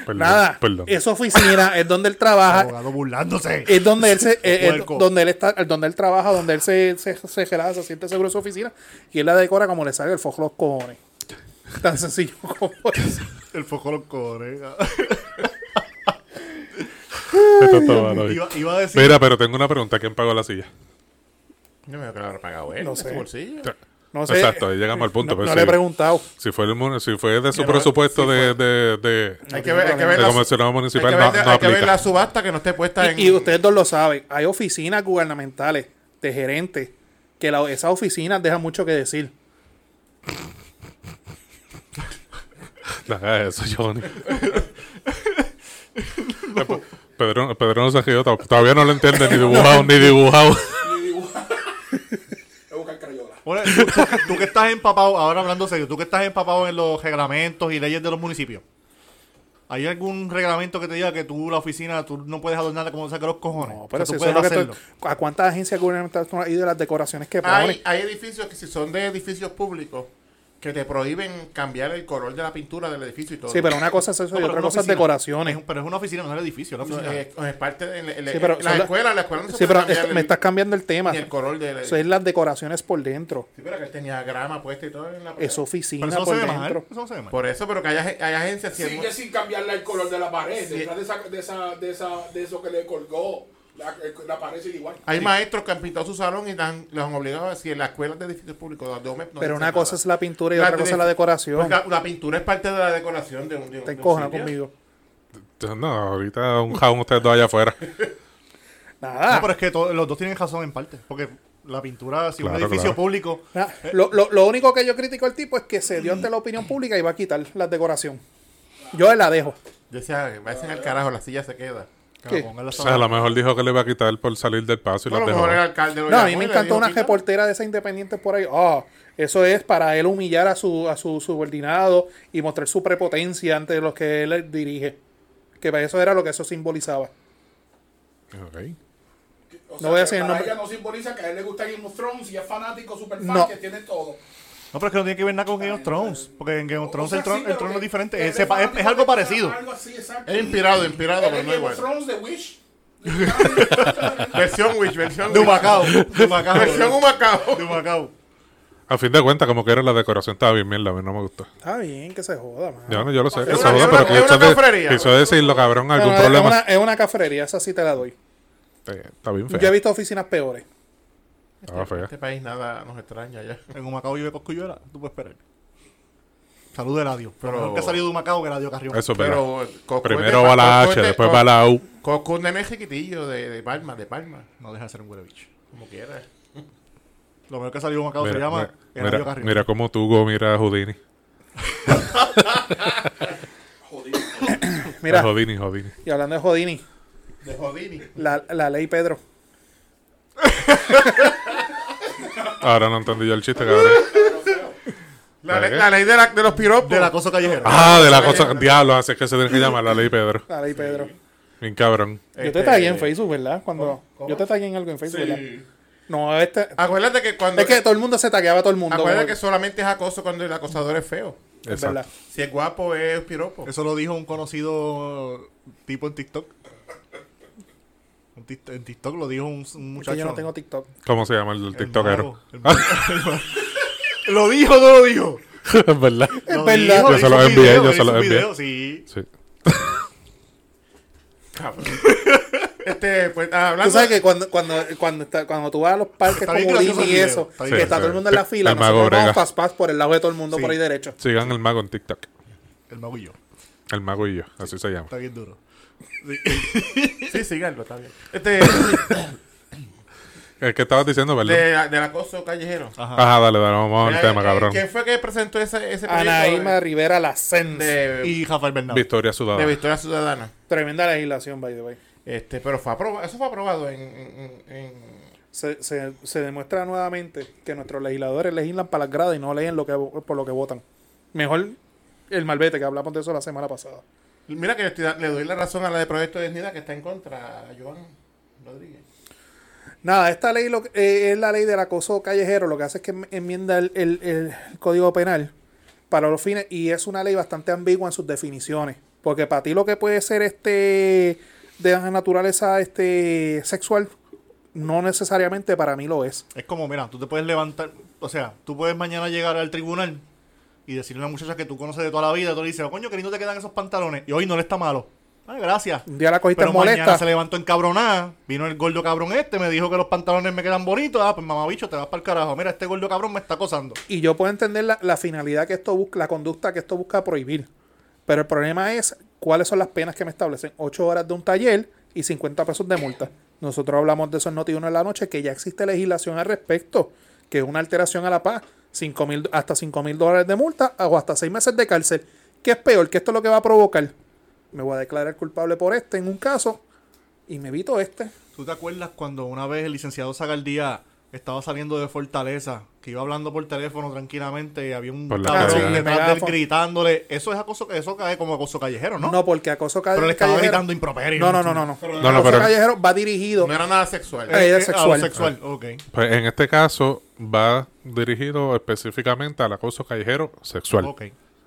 A: Perdón,
B: Nada.
A: perdón.
B: Es su oficina, es donde él trabaja.
D: Abogado burlándose.
B: Es donde él se, eh, eh,
D: Puerco.
B: donde él está, eh, donde él trabaja, donde él se, se, se relaja, se siente seguro en su oficina, y él la decora como le salga el fojo los cojones. Tan sencillo *laughs* como eso.
D: El foco los cojones.
A: Esto está mal hoy.
D: Iba, iba a decir.
A: Mira, pero tengo una pregunta. ¿Quién pagó la silla?
C: No me veo que lo habrá pagado él.
B: No
C: No sé.
B: sé.
C: Su bolsillo.
B: No sé.
A: Exacto, ahí llegamos al punto.
B: No,
A: pero
B: no
A: sí.
B: le he preguntado.
A: Si fue, el, mon- si fue de su
C: Que no,
A: presupuesto
C: sí
A: de, de, de,
C: Hay que ver, hay que ver
A: de
C: la, hay que
A: comisionado municipal,
C: ver-
A: no, no
C: hay que ver
A: aplica.
C: la subasta que no esté puesta en.
B: Y, y ustedes dos lo saben. Hay oficinas gubernamentales de gerentes que la- esas oficinas dejan mucho que decir.
A: No hagas *laughs* eso,
C: *laughs*
A: Johnny. Pedro, Pedro no se ha reído, to- todavía no lo entiende, ni dibujado, ni dibujado. *laughs*
D: Ahora, tú, tú- tú que estás empapado, ahora hablando serio, tú que estás empapado en los reglamentos y leyes de los municipios. ¿Hay algún reglamento que te diga que tú, la oficina, tú no puedes adornarla como saca los cojones?
B: No,
D: O
B: pero si
D: sea, tú
B: eso es
D: puedes
B: lo que
D: hacerlo.
B: estoy- ¿A cuántas agencias gubernamentales tú no has ido de las decoraciones que ponen?
C: hay, hay edificios que, si son de edificios públicos, que te prohíben cambiar el color de la pintura del edificio y todo.
B: sí, pero una cosa es eso
D: No,
B: y
D: pero
B: otra
D: una
B: cosa es
D: oficina.
B: decoraciones. eh,
D: Es un- pero es una oficina, no es un edificio, es
C: No,
D: una oficina.
C: es, es parte de. en- en-
B: Sí, pero
C: en
B: son
C: las
B: la-
C: escuelas, las escuelas no se
B: Sí, pero
C: puede cambiar
B: es- me
C: el-
B: estás cambiando el tema.
C: ni el color del.
B: Eso es las decoraciones por dentro.
C: Sí, pero que él tenía grama puesta y todo en la
B: Es
D: pero
B: oficina
D: eso no se
B: por
D: ve mal.
B: dentro.
D: Eso no se ve mal.
C: Por eso, pero que hay, ag- hay agencias que
F: Sigue sin cambiarle el color de la pared. Detrás de, esa, de, esa, de, esa, de eso que le colgó, la, la pared sigue igual.
C: hay maestros que han pintado su salón y dan- los han obligado a decir en las escuelas de edificios públicos. las de OMEP no
B: Pero
C: dicen
B: una cosa
C: nada.
B: es la pintura y
C: La
B: otra cosa es la
C: de-
D: Pues,
B: decoración.
C: Porque la pintura es parte de la decoración de un. De un-
B: Te
C: de un
B: encojan
C: sitio.
B: conmigo.
A: No, ahorita un jaun ustedes dos allá afuera.
B: Nada.
D: No, pero es que to- los dos tienen razón en parte. Porque la pintura, si un
A: Claro,
D: edificio
A: claro.
D: público,
B: nada. Lo, lo- lo único que yo critico al tipo es que se dio ante la opinión pública y va a quitar la decoración. Yo la dejo.
C: Decía, vayan al carajo, la silla se queda.
D: que
B: ¿Qué?
D: la pongan la
A: O sea, a
D: sala.
A: lo mejor dijo que le iba a quitar por salir del paso y
C: No, a
A: las
C: lo
A: dejó.
C: mejor el alcalde lo
B: No, a
C: llamó
B: mí
C: y
B: me
C: le
B: encantó
C: dijo,
B: una
C: "Quítalo".
B: reportera de esa independiente por ahí. Ah, eso es para él humillar a su, a su subordinado y mostrar su prepotencia ante los que él dirige. Que para eso era lo que eso simbolizaba.
A: Ok.
F: O
B: No voy a
F: que
B: decir el
F: para
B: nombre.
F: ella no simboliza que a él le gusta Game of Thrones y es fanático, super fan,
B: No.
F: que tiene todo.
D: No, pero es que no tiene que ver nada con Game of Thrones. Porque en Game of Thrones
F: O sea,
D: el, trono,
F: sí,
D: el
F: pero
D: trono
F: que-
D: es diferente.
F: que
D: Es,
F: él
D: sepa- es-
F: fanático
D: es algo
F: de-
D: parecido.
F: Algo así, exacto.
C: Es inspirado, inspirado,
F: Él
C: pero
F: es
C: no
F: Game of
C: igual.
F: Thrones, The Wish.
C: Versión Wish, versión
D: *laughs* De
C: Wish.
D: Humacao. De Humacao.
C: Versión Humacao.
D: De Humacao.
A: A fin de cuentas, como que era la decoración, estaba bien mierda, a mí no me gustó.
B: Está bien que se joda, man.
A: Yo, no, yo lo sé, que
C: Es
A: se
C: una-
A: joda,
C: es
A: pero
C: una- es
A: quiso,
C: una
A: de-
C: cafrería.
A: quiso decirlo, cabrón, algún
B: No, no,
A: problema.
B: Es una, es una cafrería, esa sí te la doy.
A: Eh, Está bien
B: Yo he
A: feo.
B: visto oficinas peores.
A: Estaba fea.
C: Este país nada nos extraña ya.
D: En Humacao vive Cosculluela. Tú puedes esperar. Salud de radio. Pero
C: Pero-
D: mejor que ha salido de Humacao que radio Carrión.
A: Eso es verdad.
C: Pero Coscu es
A: Primero
C: de- este, oh,
A: va la
C: Coscu es
A: H,
C: de-
A: después
C: Cos-
A: va la U.
C: Coscu es nene chiquitillo de, de Palma, de Palma.
D: No deja de ser un huele bicho.
C: Como quieras.
D: Lo mejor que ha salido de Humacao se
A: Mira,
D: llama
A: mira,
D: Radio
A: mira,
D: Carrión.
A: mira cómo Tugo mira a Houdini.
B: Mira,
A: A Houdini, Houdini.
B: y hablando de Jodini,
C: De Jodini.
B: la, la ley Pedro.
A: Ahora no entendí yo el chiste, cabrón.
C: La,
A: ¿Para
C: ley-
A: qué?
C: la ley de, la- de los piropos.
D: Del acoso callejero.
A: Ah, de la cosa. Diablo, así es que se tiene que llamar la ley Pedro.
B: La ley Pedro.
A: Bien cabrón.
C: este,
B: Yo te tagué en Facebook, ¿verdad? Cuando yo te tagué en algo en Facebook, ¿verdad? No, este.
C: Acuérdate que cuando.
B: Es que todo el mundo se tagueaba a todo el mundo.
C: acuérdate
B: como-
C: que solamente es acoso cuando el acosador es feo.
B: es verdad.
A: Exacto.
C: Si es guapo, es piropo.
D: Eso lo dijo un conocido tipo en TikTok. Un tic- En TikTok lo dijo un, un
B: Es que
D: muchacho.
B: yo no tengo TikTok.
A: ¿Cómo se llama el, del
D: el
A: tiktokero?
D: mago, el mago. *laughs* ¿Lo dijo o no lo dijo?
A: *laughs* Es verdad.
D: Lo
B: verdad.
A: Yo
D: dijo, él
A: se
D: hizo
A: los
D: un
A: envié,
D: video,
A: yo
D: él
A: se
D: hizo
A: los
D: un
A: envié.
D: video, Sí.
A: Sí.
C: Cabrón. este, pues,
D: ah,
C: hablando.
B: Tú sabes que cuando, cuando, cuando, está- cuando tú vas a los parques
D: Está
B: como
D: bien gracioso
B: Disney
D: el
B: y
D: video,
B: eso,
D: está bien
B: que está
A: gracioso.
B: todo el mundo en la fila,
A: El mago
B: nosotros
A: brega.
B: vamos fast pass por el lado de todo el mundo por ahí derecho.
A: Sigan el mago en TikTok.
D: El mago y yo.
A: El mago y yo, así se llama.
D: Está bien duro.
C: Sí, síganlo, está bien. Este,
A: El que estabas diciendo,
C: de,
A: ¿verdad?
C: del acoso callejero.
A: Ajá, dale, dale, vamos al
C: Mira,
A: tema,
C: Este, eh,
A: cabrón.
C: ¿Quién fue que presentó ese, ese proyecto
B: Anaíma
C: de-
B: Rivera Lacens.
C: de,
D: Y Rafael Bernal.
A: Victoria
C: de
A: Sudada.
C: Victoria Ciudadana?
B: Tremenda legislación, by the way.
C: Este, pero fue aprobado, eso fue aprobado en, en- en-
B: Se, se, se demuestra nuevamente que nuestros legisladores legislan para las gradas y no leen lo que, vo- por lo que votan. Mejor el malvete, que hablamos de eso la semana pasada.
C: Mira que le estoy da- le doy la razón a la de Proyecto de Dignidad que está en contra a Joan Rodríguez.
B: Nada, esta ley lo, que- eh, es la ley del acoso callejero. Lo que hace es que enmienda el, el- el código penal para los fines y es una ley bastante ambigua en sus definiciones. Porque para ti lo que puede ser este de naturaleza este sexual no necesariamente para mí lo es.
D: Es como, mira, tú te puedes levantar, o sea, tú puedes mañana llegar al tribunal y decirle a una muchacha que tú conoces de toda la vida, tú le dices, "Oh, coño, que lindo te quedan esos pantalones, y hoy no le está malo. Ah, gracias.
B: Un día la cogiste
D: Pero
B: molesta.
D: mañana se levantó encabronada, vino el gordo cabrón este, me dijo que los pantalones me quedan bonitos, ah, pues mamabicho, te vas para el carajo, mira, este gordo cabrón me está acosando.
B: Y yo puedo entender la, la finalidad que esto busca, la conducta que esto busca prohibir. Pero el problema es cuáles son las penas que me establecen. 8 horas de un taller y 50 pesos de multa. Nosotros hablamos de eso en Noti 1 en la noche, que ya existe legislación al respecto, que es una alteración a la paz. 5 mil- hasta 5 mil dólares de multa o hasta 6 meses de cárcel. ¿Qué es peor? Que esto es lo que va a provocar. Me voy a declarar culpable por este en un caso y me evito este.
D: ¿Tú te acuerdas cuando una vez el licenciado Zagaldía estaba saliendo de Fortaleza, que iba hablando por teléfono tranquilamente y había un
A: Por la
B: calle. Ah,
D: cabrón
B: sí,
D: detrás de él
B: megáfono.
D: gritándole, eso es acoso, eso cae como acoso callejero, ¿no?
B: No, porque acoso ca-
D: Pero le estaba
B: callejero-
D: gritando improperio.
B: No, no, no, no. no.
A: No, no,
B: acoso
A: pero-
B: callejero va dirigido
C: No era nada sexual.
B: Eh,
D: Eh, eh,
B: sexual.
D: a lo sexual, ok.
A: Pues en este caso va dirigido específicamente al acoso callejero sexual.
D: Ok.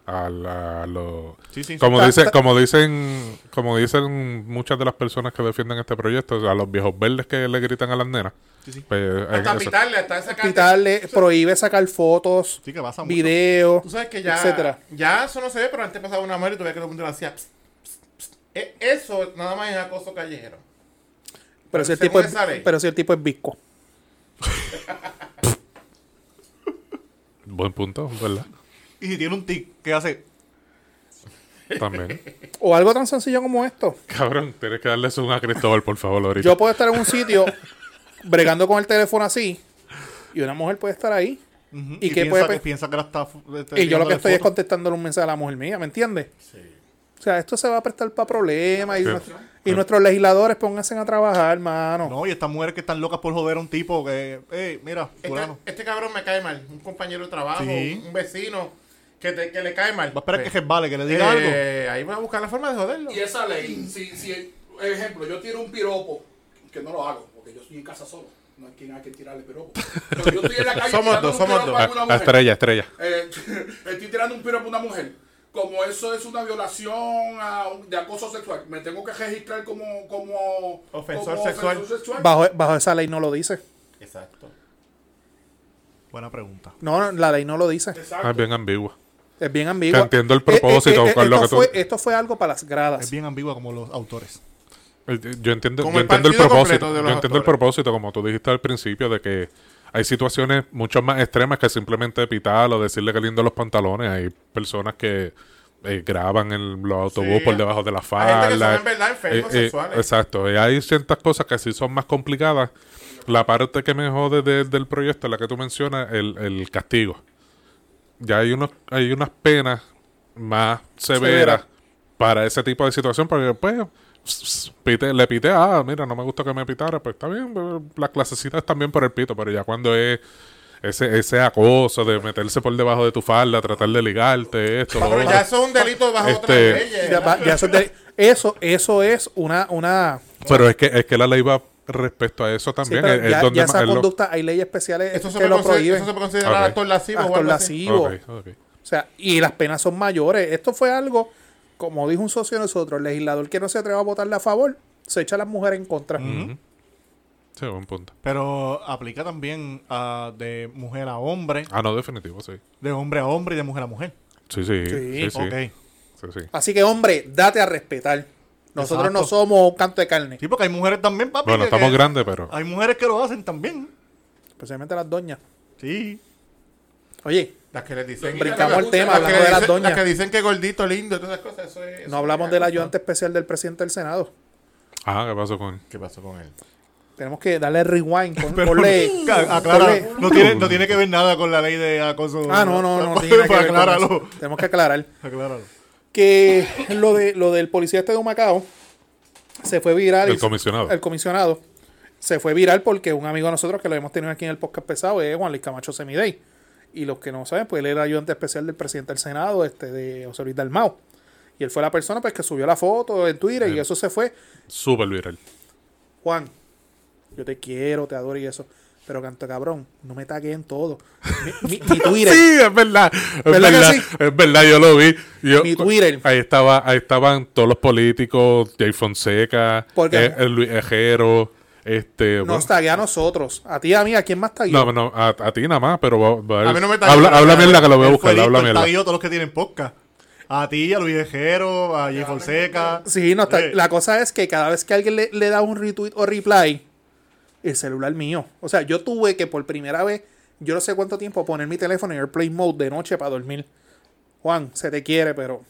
A: A, la- a lo-
D: Sí, sí, sí.
A: como
B: Ta-
A: dice,
B: ta-
A: como dicen, como dicen muchas de las personas que defienden este proyecto, a los viejos verdes que le gritan a las nenas.
D: Sí, sí.
A: Pues, en
C: Hasta
A: eso-
C: pitarle, hasta esa calle.
B: hospitales, prohíbe sacar fotos,
D: Sí que pasa mucho.
B: videos,
C: Tú sabes que ya,
B: etcétera.
C: ya eso no se ve, pero antes pasaba una mujer y todavía que todo el mundo lo hacía. pss, pss, pss. E- Eso nada más es acoso callejero.
B: Pero si el
C: según
B: tipo es,
C: esa ley.
B: pero si el tipo es visco.
A: Buen punto, ¿verdad?
D: Y si tiene un tic, ¿qué hace?
A: También. *laughs*
B: O algo tan sencillo como esto.
A: Cabrón, tienes que darle zoom a Cristóbal, por favor, ahorita.
B: Yo puedo estar en un sitio bregando con el teléfono así y una mujer puede estar ahí.
D: Ujú.
B: ¿Y, qué
D: piensa,
B: puede
D: que,
B: pe-
D: piensa que la está... fu- este, está
B: y yo lo que
D: tirándole
B: estoy es
D: fotos.
B: contestándole un mensaje a la mujer mía, ¿me entiendes? O sea, esto se va a prestar para problemas y,
A: Sí.
B: nuestro- y nuestros legisladores pónganse a trabajar, hermano.
D: No, y estas mujeres que están locas por joder a un tipo que... Ey, mira,
C: Este,
D: fulano.
C: este cabrón me cae mal. Un compañero de trabajo,
D: Sí.
C: un vecino, que, te- que le cae mal.
D: Va a esperar
C: Eh,
D: que resbale, que le diga algo.
C: eh, Ahí voy a buscar la forma de joderlo.
F: Y esa ley, si, si, ejemplo, yo tiro un piropo, que no lo hago, porque yo estoy en casa solo. No hay quien hay que tirarle piropo. Pero yo estoy en la calle
C: Somos
F: tirando
C: dos,
F: un
C: somos
F: piropo
C: dos.
F: a
A: Ah,
F: alguna
A: ah,
F: mujer.
A: estrella, estrella.
F: Eh, *laughs* estoy tirando un piropo a una mujer. Como eso es una violación a un- de acoso sexual, me tengo que registrar como, como
C: Ofensor
F: como
C: sexual.
B: Bajo, bajo esa ley no lo dice.
C: Exacto.
D: Buena pregunta.
B: No, no, la ley no lo dice.
A: Ah, es bien ambigua.
B: Es bien ambigua.
A: Que entiendo el propósito, con lo
B: eh, esto,
A: que tú-
B: fue, esto fue algo para las
D: Es
B: gradas.
D: bien ambigua como los autores.
A: Eh, Yo entiendo,
C: Como
A: yo
C: el
A: entiendo el propósito.
C: partido completo de
A: Yo
C: los
A: entiendo el
C: actores.
A: propósito, como tú dijiste al principio, de que hay situaciones mucho más extremas que simplemente pitar o decirle que lindo los pantalones. Hay personas que eh, graban en los autobús
C: Sí.
A: por debajo de la
C: Hay gente que
A: falda. Eh,
C: son en verdad enfermos sexuales.
A: Exacto. Y hay ciertas cosas que sí son más complicadas. La parte que me jode de- del proyecto, la que tú mencionas, el, el castigo. Ya hay, unos, hay unas penas más severas
B: Severa.
A: para ese tipo de situación, porque pues s- s- pite- le pité, ah, mira, no me gusta que me pitara, pues está bien, eh, las clasecitas están bien por el pito, pero ya cuando es ese, ese acoso de meterse por debajo de tu falda, tratar de ligarte, esto, lo
C: Pero
A: otro.
C: ya eso es un delito bajo eh. otras
A: Este-
C: leyes.
B: Ya va- ya eso, es de- eso, eso es una, una
A: Pero es que, es que la ley va respecto a eso
B: Sí,
A: también.
B: pero
A: es- es
B: ya,
A: donde
B: ya
A: más-
B: esa
A: es lo-
B: conducta hay leyes especiales
C: Eso se,
B: que
C: puede
B: lo
C: considerar,
B: prohíben.
C: eso se puede considerar
A: Ok.
C: actor lascivo o
B: Actor
C: algo así.
B: lascivo.
A: Ok, ok.
B: O sea, y las penas son mayores. Esto fue algo, como dijo un socio de nosotros, el legislador que no se atreva a votarle a favor, se echa a las mujeres en contra.
A: Sí, buen punto.
D: Pero aplica también a- de mujer a hombre,
A: Ah, no, definitivo, sí.
D: de hombre a hombre y de mujer a mujer.
A: Sí, sí. Sí,
B: Sí,
A: sí.
D: Ok.
A: sí, sí.
B: Así que, hombre, date a respetar. Nosotros
D: Exacto.
B: no somos un canto de carne.
D: Sí, porque hay mujeres también, papi.
A: Bueno,
D: que-
A: estamos
D: que-
A: grandes, pero.
D: Hay mujeres que lo hacen también.
B: Especialmente las doñas.
D: Sí.
B: Oye,
C: Las que les dicen.
B: brincamos el
F: gusta,
B: tema
C: las que
B: hablando
C: le
B: de las
C: dicen- las que
B: doñas.
C: dicen que gordito, lindo, y todas esas cosas. Eso es, eso
B: No
C: es
B: hablamos
C: real.
B: del ayudante especial del presidente del Senado.
A: Ah, ¿qué pasó con.?
C: ¿Qué pasó con él?
B: Tenemos que darle rewind.
D: *laughs*
B: pon-
D: Pero
B: ponle-
D: Ca- aclara,
B: ponle-
D: no tiene, no tiene que ver nada con la ley de acoso. Pues,
B: Ah, no, no, no.
D: *laughs*
B: tiene nada que ver con
D: acláralo.
B: eso. Tenemos que aclarar.
D: Acláralo.
B: que lo de lo del policía este de Humacao se fue viral.
A: El
B: y-
A: comisionado.
B: El comisionado. Se fue viral porque un amigo de nosotros que lo hemos tenido aquí en el podcast pesado es Juan Luis Camacho Semidey. Y los que no saben, pues él era ayudante especial del presidente del Senado, este de José Luis Dalmau. Y él fue la persona pues, que subió la foto en Twitter y eso se fue.
A: Súper viral.
B: Juan, yo te quiero, te adoro y eso. Pero canto cabrón, no me tagué en todo. Mi, mi- mi Twitter.
A: Sí, es verdad. Es
B: ¿Verdad
A: verdad,
B: que sí?
A: es verdad, yo lo vi. Yo-
B: Mi Twitter.
A: Ahí, estaba, ahí estaban todos los políticos, Jay Fonseca,
B: ¿Por qué?
A: eh, el Luis Ejero, este... bueno,
B: Nos tagué a nosotros. A ti, a mí, ¿a quién más tagué?
A: no, no, a, a ti nada más, pero... va- va-
C: A mí no me está
A: habla,
C: ayudando,
A: habla
C: nada.
A: mierda que lo voy a
D: Él
A: buscar,
D: fue
A: habla
D: listo, él
A: mierda.
D: tagueó a todos los que tienen podcast. A ti, a Luis Ejero, a Jay Fonseca.
B: Sí, no está-
D: Eh,
B: la cosa es que cada vez que alguien le, le da un retweet o reply, el celular mío. O sea, yo tuve que por primera vez, yo no sé cuánto tiempo, poner mi teléfono en airplane mode de noche para dormir. Juan, se te quiere, pero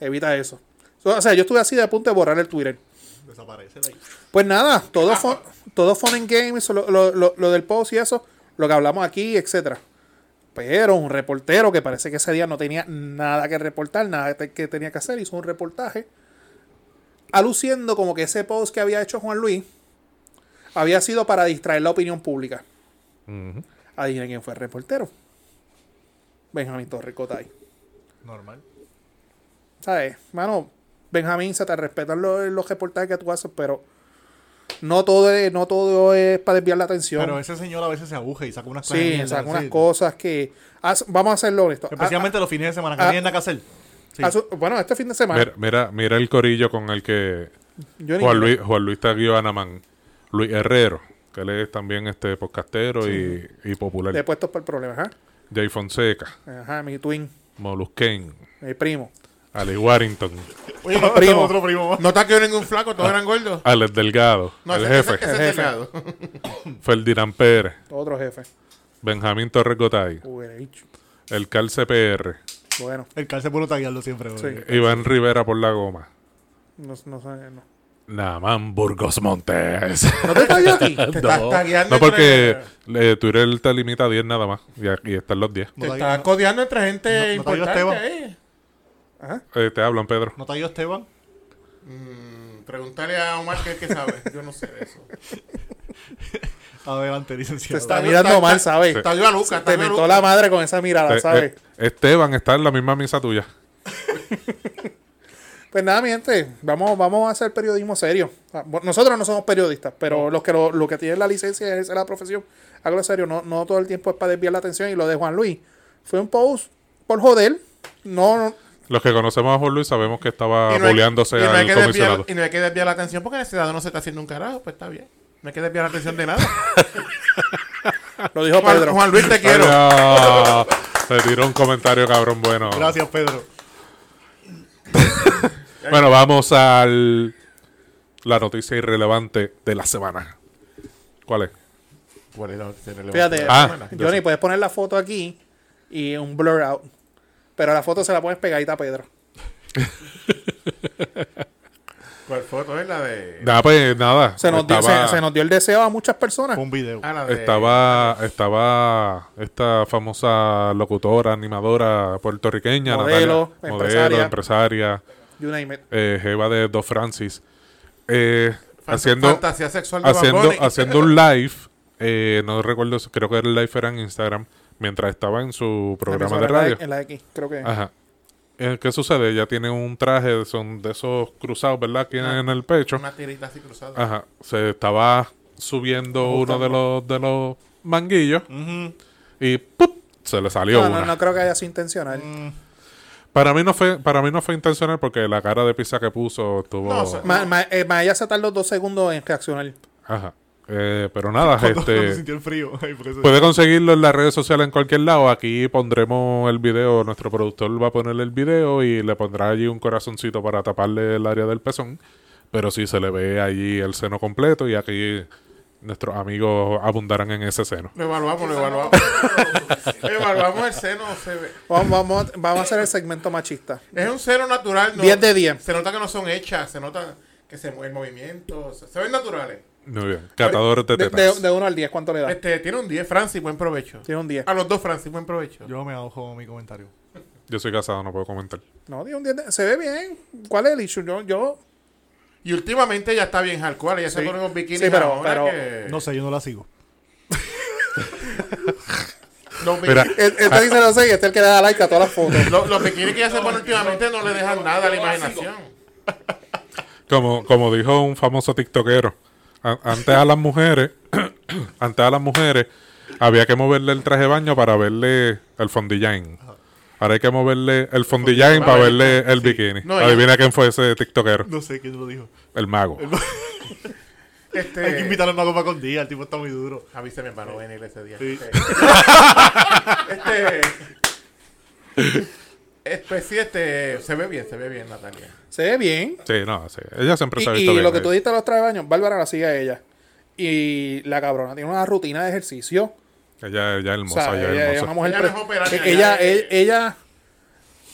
B: evita eso. So, O sea, yo estuve así de a punto de borrar el Twitter.
D: Desaparece de ahí. Ah,
B: Pues nada, todo fun, todo fun and games, lo, lo- lo- lo del post y eso, lo que hablamos aquí, etcétera. Pero un reportero que parece que ese día no tenía nada que reportar, nada te- que tenía que hacer, hizo un reportaje aluciendo como que ese post que había hecho Juan Luis había sido para distraer la opinión pública. Adivinen quién fue el reportero. Benjamín Torricotay.
D: Normal.
B: ¿Sabes? Mano, Benjamín, se te respetan lo- los reportajes que tú haces, pero no todo es, no todo es para desviar la atención.
D: Pero ese señor a veces se aguja y saca unas cosas de
B: sí,
D: mierda,
B: saca
D: sí.
B: unas cosas que. haz- vamos a hacerlo honesto.
D: Especialmente los fines de semana, que
B: ah,
D: no tienen nada que hacer. Sí.
B: Haz- haz- bueno, este fin de semana.
A: Mira, mira, mira el corillo con el que
B: yo ni-
A: Juan Luis, Juan Luis taguió a Namán. Luis Herrero, que él es también este podcastero y, y popular.
B: Le he puesto por problemas, ajá.
A: Jay Fonseca,
B: Ajá, mi twin,
A: Molusquén,
B: mi primo.
A: Ali Warrington,
C: Oye,
B: Otro
C: no,
B: ah, primo.
D: *laughs* Otro primo más.
C: no taqueó ningún flaco, todos eran gordos.
A: Alex Delgado,
C: No,
A: Ah, el
C: ese-
A: jefe,
C: Ese, ese es delgado.
A: Ferdinand Pérez,
B: Otro jefe.
A: Benjamín Torrecotay,
B: Uy, el bicho.
A: el Cal CPR,
B: Bueno,
D: El cárcel por taguearlo siempre. güey.
A: Iván Rivera por la goma.
B: no, no sé. No.
A: Namán Burgos
C: *laughs*
A: Montes.
B: ¿No *laughs* te cayó a ti?
A: no,
C: estás tagueando
A: Oh. no, porque
C: entre-
A: eh, Twitter te limita a 10 nada más. Y, aquí están los 10.
D: No
C: Te
D: tagueó-
C: estás codeando entre gente
D: No- no tagueó
C: importante.
D: Esteban.
C: eh.
A: Eh, te hablan, Pedro.
D: ¿No tagueó Esteban?
C: Mm, Preguntarle a Omar que es que sabe. Yo no sé de eso.
A: Eh,
D: Adelante,
B: Te
D: licenciado.
B: está
C: Está-
B: mirando
C: está-
B: mal,
C: está-
B: ¿sabes?
C: Tagueó a Lucas.
B: Te
C: tagueó a
B: mentó
C: Lucas.
B: la madre con esa mirada,
C: Ah,
A: Eh,
B: ¿sabes?
A: eh, Esteban está en la misma misa tuya.
B: Pues nada, mi gente, vamos, vamos a hacer periodismo serio. Ah, bueno, Nosotros no somos periodistas, pero los que lo, lo que tienen la licencia y ejercen la profesión, hágalo serio, no, no todo el tiempo es para desviar la atención. Y lo de Juan Luis fue un post por joder. No, no,
A: Los que conocemos a Juan Luis sabemos que estaba
C: Y no hay-
A: boleándose
C: y no hay
A: al
C: que desviar-
A: comisionado.
C: Y no hay que desviar la atención porque en el ciudadano no se está haciendo un carajo. Pues está bien. No hay que desviar la atención de nada.
B: *laughs* lo dijo
C: Juan,
B: Pedro.
C: Juan Luis, te quiero.
A: Ah, Se tiró un comentario cabrón bueno.
D: Gracias, Pedro.
A: Bueno, vamos al la noticia irrelevante de la semana. ¿Cuál es?
C: ¿Cuál es la noticia relevante?
B: Fíjate,
A: Ah, yo
B: Johnny,
A: sé.
B: puedes poner la foto aquí y un blur out. Pero la foto se la pones pegadita a Pedro.
C: ¿Cuál foto es la de.?
A: Nada, pues nada.
B: Se nos, dio,
A: estaba,
B: se- se nos dio el deseo a muchas personas.
D: Fue un video.
C: Ah, la de-
A: estaba, estaba esta famosa locutora, animadora puertorriqueña,
B: Modelo,
A: Natalia, modelo,
B: empresaria.
A: empresaria,
B: You name it.
A: eh, jeva de Dos Francis, eh, haciendo,
C: Fantasía sexual de Bad
A: haciendo,
C: Bunny.
A: haciendo un live, eh, no recuerdo, si- creo que el live era en Instagram, mientras estaba en su programa de
B: Emisora
A: radio.
B: En la X, creo que.
A: Ajá. Eh, ¿Qué sucede? Ella tiene un traje, son de esos cruzados, ¿verdad? Que tienen en el pecho.
C: Una tirita así
B: Ah.
C: cruzada.
A: Ajá. Se estaba subiendo uno de los, de los manguillos
D: Ujú.
A: y ¡pup! se le salió
B: No,
A: una.
B: no, no creo que haya sido intencional.
A: Para mí no fue, para mí no fue intencional porque la cara de pizza que puso estuvo.
C: No, o sea,
B: Ma- ma- eh, ma- ella se tardó dos segundos en reaccionar.
A: Ajá. Eh, pero nada,
D: *laughs* Cuando
A: este.
D: sintió el frío. Ay, por eso-
A: Puede conseguirlo en las redes sociales en cualquier lado. Aquí pondremos el video. Nuestro productor va a ponerle el video y le pondrá allí un corazoncito para taparle el área del pezón. Pero sí se le ve allí el seno completo y aquí nuestros amigos abundarán en ese seno.
C: Lo evaluamos, lo evaluamos. evaluamos el seno. se ve.
B: Vamos, vamos, vamos a hacer el segmento machista.
C: Es un seno natural. ¿no?
B: 10 de 10.
C: Se nota que no son hechas, se nota que se mueve el movimiento. se- se ven naturales.
A: Muy bien. Catador de
B: De, de,
A: tetas.
B: de 1 al 10, ¿cuánto le da?
C: Este, tiene un 10, Francis, buen provecho.
B: Tiene un 10.
C: A los dos, Francis, buen provecho.
D: Yo me ahogo mi comentario.
A: Yo soy casado, no puedo comentar.
B: No, tiene un 10. de- Se ve bien. ¿Cuál es el issue? Yo, yo
C: Y últimamente ya está bien hardcore, ya se
B: Sí.
C: pone unos bikinis
B: Sí, pero-
C: ahora
B: pero-
C: que-
D: No sé, yo no la sigo.
C: los, bi-
A: Mira,
B: El- Este dice no sé y este es el que le da like a todas las fotos.
C: lo- los bikinis que ya se ponen últimamente no le dejan nada a la
F: yo
C: imaginación.
A: Como, como dijo un famoso tiktokero, a- antes a las mujeres, *coughs* antes a las mujeres, había que moverle el traje de baño para verle el fondillain. Ahora hay que moverle el fondillain para verle el bikini.
C: No, ya.
A: Adivina quién fue ese tiktokero,
D: No sé quién lo dijo.
A: el mago.
C: Este,
D: Hay que invitar al mago para con día, el tipo está muy duro.
C: Avíseme para no venir ese día.
D: Sí.
C: Este, este, pues sí, este, se ve bien, se ve bien, Natalia.
B: Se ve bien.
A: Sí, no, sí. Ella siempre
B: Y,
A: se ha
B: y
A: visto bien.
B: lo que tú
A: ahí.
B: diste a los trajes de baño, Bárbara la sigue a ella. Y la cabrona tiene una rutina de ejercicio.
A: Ella, ella es
B: O
A: hermosa,
B: sea,
A: ella, es
B: ella, es
A: hermosa.
B: una mujer
C: Ella
B: pre-
C: no es operaria,
B: que- ella,
C: ella es-
B: e- ella-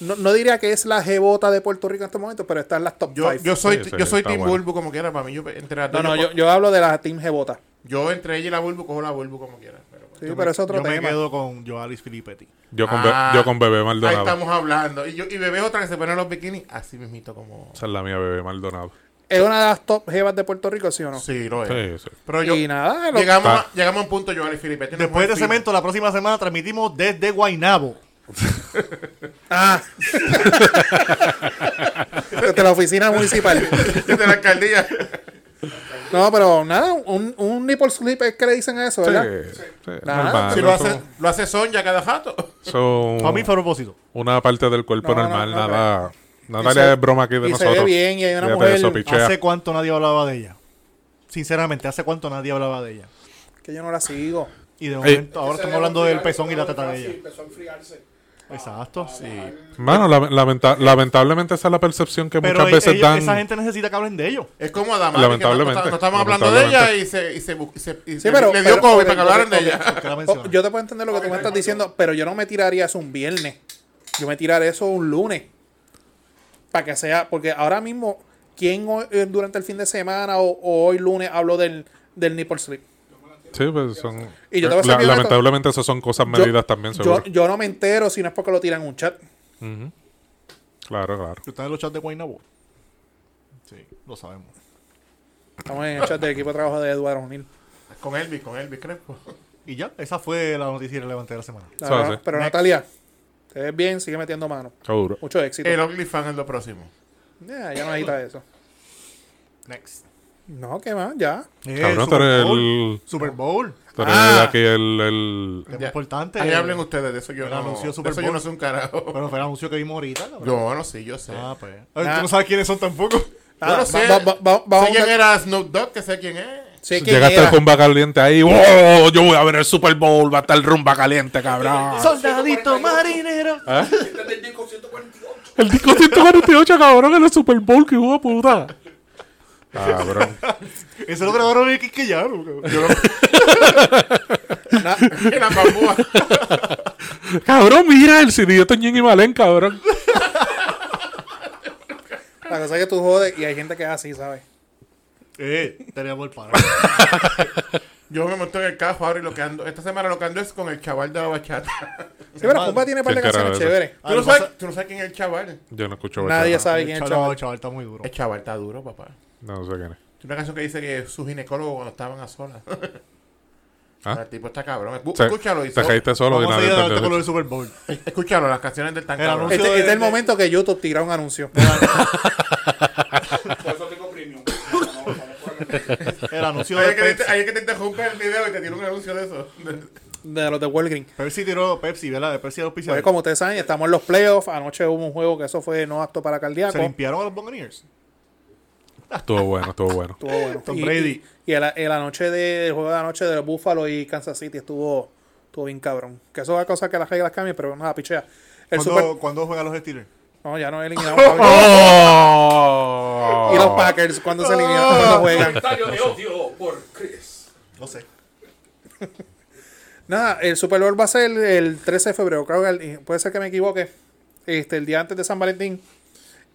B: no, no diría que es la jebota de Puerto Rico en este momento, pero está en las top
C: Yo,
B: five.
C: yo soy,
A: Sí, sí,
C: yo soy
A: está
C: Team
A: bueno.
C: Bulbu como quiera, para mí yo entre las
B: no,
C: dos,
B: no,
C: yo,
B: yo, yo hablo de la team jebota.
C: yo entre ella y la Bulbu cojo la Bulbu como quiera. Pero,
B: Sí, pero es otro
D: Yo me
B: tema.
D: quedo con Joalis Filippetti.
A: Yo con, Be-
C: Ah,
A: yo con Bebé
C: Ahí
A: Maldonado.
C: estamos hablando. Y, yo, y bebé es otra que se pone los bikinis así mismito como...
A: Esa es la mía, Bebé Maldonado.
B: Es una de las top jebas de Puerto Rico, ¿sí o no?
C: Sí, lo es.
A: Sí, sí.
C: Pero yo,
B: Y nada, lo-
C: llegamos,
A: Pa-
C: a, llegamos a un punto, Joel y Felipe. Este no es
D: Después de
C: buen fin.
D: Cemento, la próxima semana transmitimos desde Guainabo.
B: Ah. Desde la oficina municipal.
C: *laughs* Desde la alcaldía.
B: No, pero nada, un, un nipple slip es que le dicen a eso, ¿verdad?
A: Sí, sí, es
B: Nada,
A: normal,
C: si lo
A: eso-
C: hace, lo hace Sonja cada rato.
A: eso-
D: Para
B: Ah.
D: mí fue a propósito.
A: una parte del cuerpo
B: No, no,
A: normal,
B: no,
A: nada.
B: Y se-
A: Natalia es broma aquí de
B: y se
A: nosotros.
B: ve bien, y hay una
A: Fíjate de eso,
B: mujer-
A: pichea.
D: ¿Hace cuánto nadie hablaba de ella? Sinceramente, ¿hace cuánto nadie hablaba de ella?
B: Que yo no la sigo.
D: Y de
A: Ey.
D: momento, ahora estamos hablando del pezón Ah, y la teta de
F: Sí,
D: ella.
F: empezó a enfriarse.
D: Exacto. Sí.
A: Mano, la- lamenta- lamentablemente esa es la percepción que
D: Pero
B: e-
A: muchas
D: ellos-
A: veces dan.
D: esa gente necesita que hablen de ellos.
C: Es como Adamari. que
A: Lamentablemente.
C: No, no estamos hablando de ella y se, y se, bu- y se- y se-
B: pero-
C: le dio
B: pero-
C: COVID
B: ok,
C: para que hablaran de
B: ok,
C: ella.
D: que la
B: Oh,
D: mencionan.
B: yo te puedo entender lo que tú me estás diciendo, pero yo no me tiraría eso un viernes. Yo me tiraré eso un lunes. Para que sea, porque ahora mismo, ¿quién hoy- eh, durante el fin de semana o, o hoy lunes habló del, del nipple slip?
A: Sí, pues son.
B: Y yo te
A: La-
B: voy a ser bien honesto.
A: lamentablemente esas son cosas
B: Yo-
A: medidas también, seguro.
B: yo, yo no me entero si no es porque lo tiran en un chat.
A: Claro, claro.
D: ¿Están en los chats de Guaynabo? Sí, lo sabemos.
B: Estamos en el chat del equipo de trabajo de Eduardo O'Neill.
C: *laughs* Con Elvis, con Elvis Crespo.
D: Y ya, esa fue la noticia relevante de la semana.
B: No,
A: Eso
B: no,
A: hace.
B: pero
D: Next.
B: Natalia, te ves bien, sigue metiendo mano.
A: Seguro.
B: Mucho éxito.
C: El Ugly Fan es lo próximo.
B: Ya, ya no necesitas eso.
D: Next.
B: No, ¿qué más? Ya.
D: Eh,
A: Cabrón, tú
D: Super
A: eres
D: Bowl.
A: el-
D: Super Bowl.
A: Tú eres
B: Ah.
A: aquí el. el-
D: Es importante.
C: Ahí hablen ustedes de eso. Yo
D: el
C: no,
D: anuncio
C: de
D: Super
C: eso yo
D: Bowl.
C: no soy un carajo.
D: Pero fue el anuncio que vimos ahorita. cabrón.
C: Yo no sé, yo sé.
D: Ah, pues. Ay,
B: Nah.
D: Tú no sabes quiénes son
B: *laughs*
D: tampoco.
C: yo no sé.
B: va- va- va- vamos
C: sé quién
B: a-
C: era Snoop Dogg, que sé quién es. *laughs*
B: Sí, que
A: Llegaste
B: era.
A: al rumba caliente ahí. ¡Wow! Yo voy a ver el Super Bowl. Va a estar el rumba caliente, cabrón.
D: Soldadito marinero.
F: Este es del disco 148.
A: El disco 148, cabrón, en el Super Bowl. ¡Qué huevo puta! Cabrón.
D: Eso lo grabaron en Quisqueyano. cabrón.
C: Yo lo...
B: Na-
C: la bambúa.
A: Cabrón, mira el CD de Toñín y Malén, cabrón.
B: La cosa es que tú jodes y hay gente que es así, ¿sabes?
D: Eh, teníamos el
B: *laughs*
D: paro.
C: Yo me monto en el cajo ahora y lo que ando... Esta semana lo que ando es con el chaval de la bachata.
B: Sí, pero
D: Mal.
B: Pumba tiene un par de
A: Qué cara
B: canciones
A: de eso.
B: chéveres.
C: ¿Tú, no sabes, tú no sabes quién es el chaval.
A: Yo no escucho
B: Nadie
A: bachata.
B: sabe
D: El
B: quién es el
D: Eh, chaval,
B: chaval.
D: el chaval está muy duro.
C: El chaval está duro, papá.
A: No sé quién es.
C: Una canción que dice que su ginecólogo cuando estaban a solas.
A: *laughs* ¿Ah?
C: El tipo está cabrón. Escu-
A: Se-
C: Escúchalo. y
A: Te
C: so-
A: caíste solo de
D: Vamos a ir
A: nada.
D: adelante con lo
A: entendí.
D: del Super Bowl.
B: *laughs*
C: Escúchalo, las canciones del tan
D: El
C: cabrón.
D: anuncio
B: Este, este
D: de- Ah.
B: es el
D: de-
B: momento que YouTube tira un anuncio.
F: Por eso tengo premium. No, no, no, no, no.
D: El anuncio de
C: Ayer que, te,
D: Pepsi.
C: ayer que te interrumpe el video y te tiro un anuncio de
A: *laughs*
C: eso.
B: De los de Walgreens.
D: Pepsi tiró Pepsi, ¿verdad? De Pepsi
B: Pues,
D: auspiciador.
B: como ustedes saben, estamos en los playoffs. Anoche hubo un juego que eso fue no apto para
D: Se
B: cardíaco.
D: limpiaron a los Buccaneers.
A: Estuvo bueno, estuvo
B: *laughs*
A: bueno.
B: Estuvo bueno.
D: Tom
B: Y-
D: Brady.
B: Y, y el, el anoche de, el juego de anoche de los Buffalo y Kansas City estuvo, estuvo bien cabrón. Que eso va a causar que las reglas cambien, pero no la pichea. El
D: ¿Cuándo,
B: Super-
D: cuándo juegan los Steelers?
B: No, ya no eliminamos.
A: *laughs*
B: a-
A: ¡Oh!
B: y los Packers, cuando se
D: Ah.
B: eliminan, cuando juegan.
F: Comentario de odio por Chris.
D: No sé.
B: Nada, el Super Bowl va a ser el 13 de febrero, creo que el- puede ser que me equivoque. Este, el día antes de San Valentín.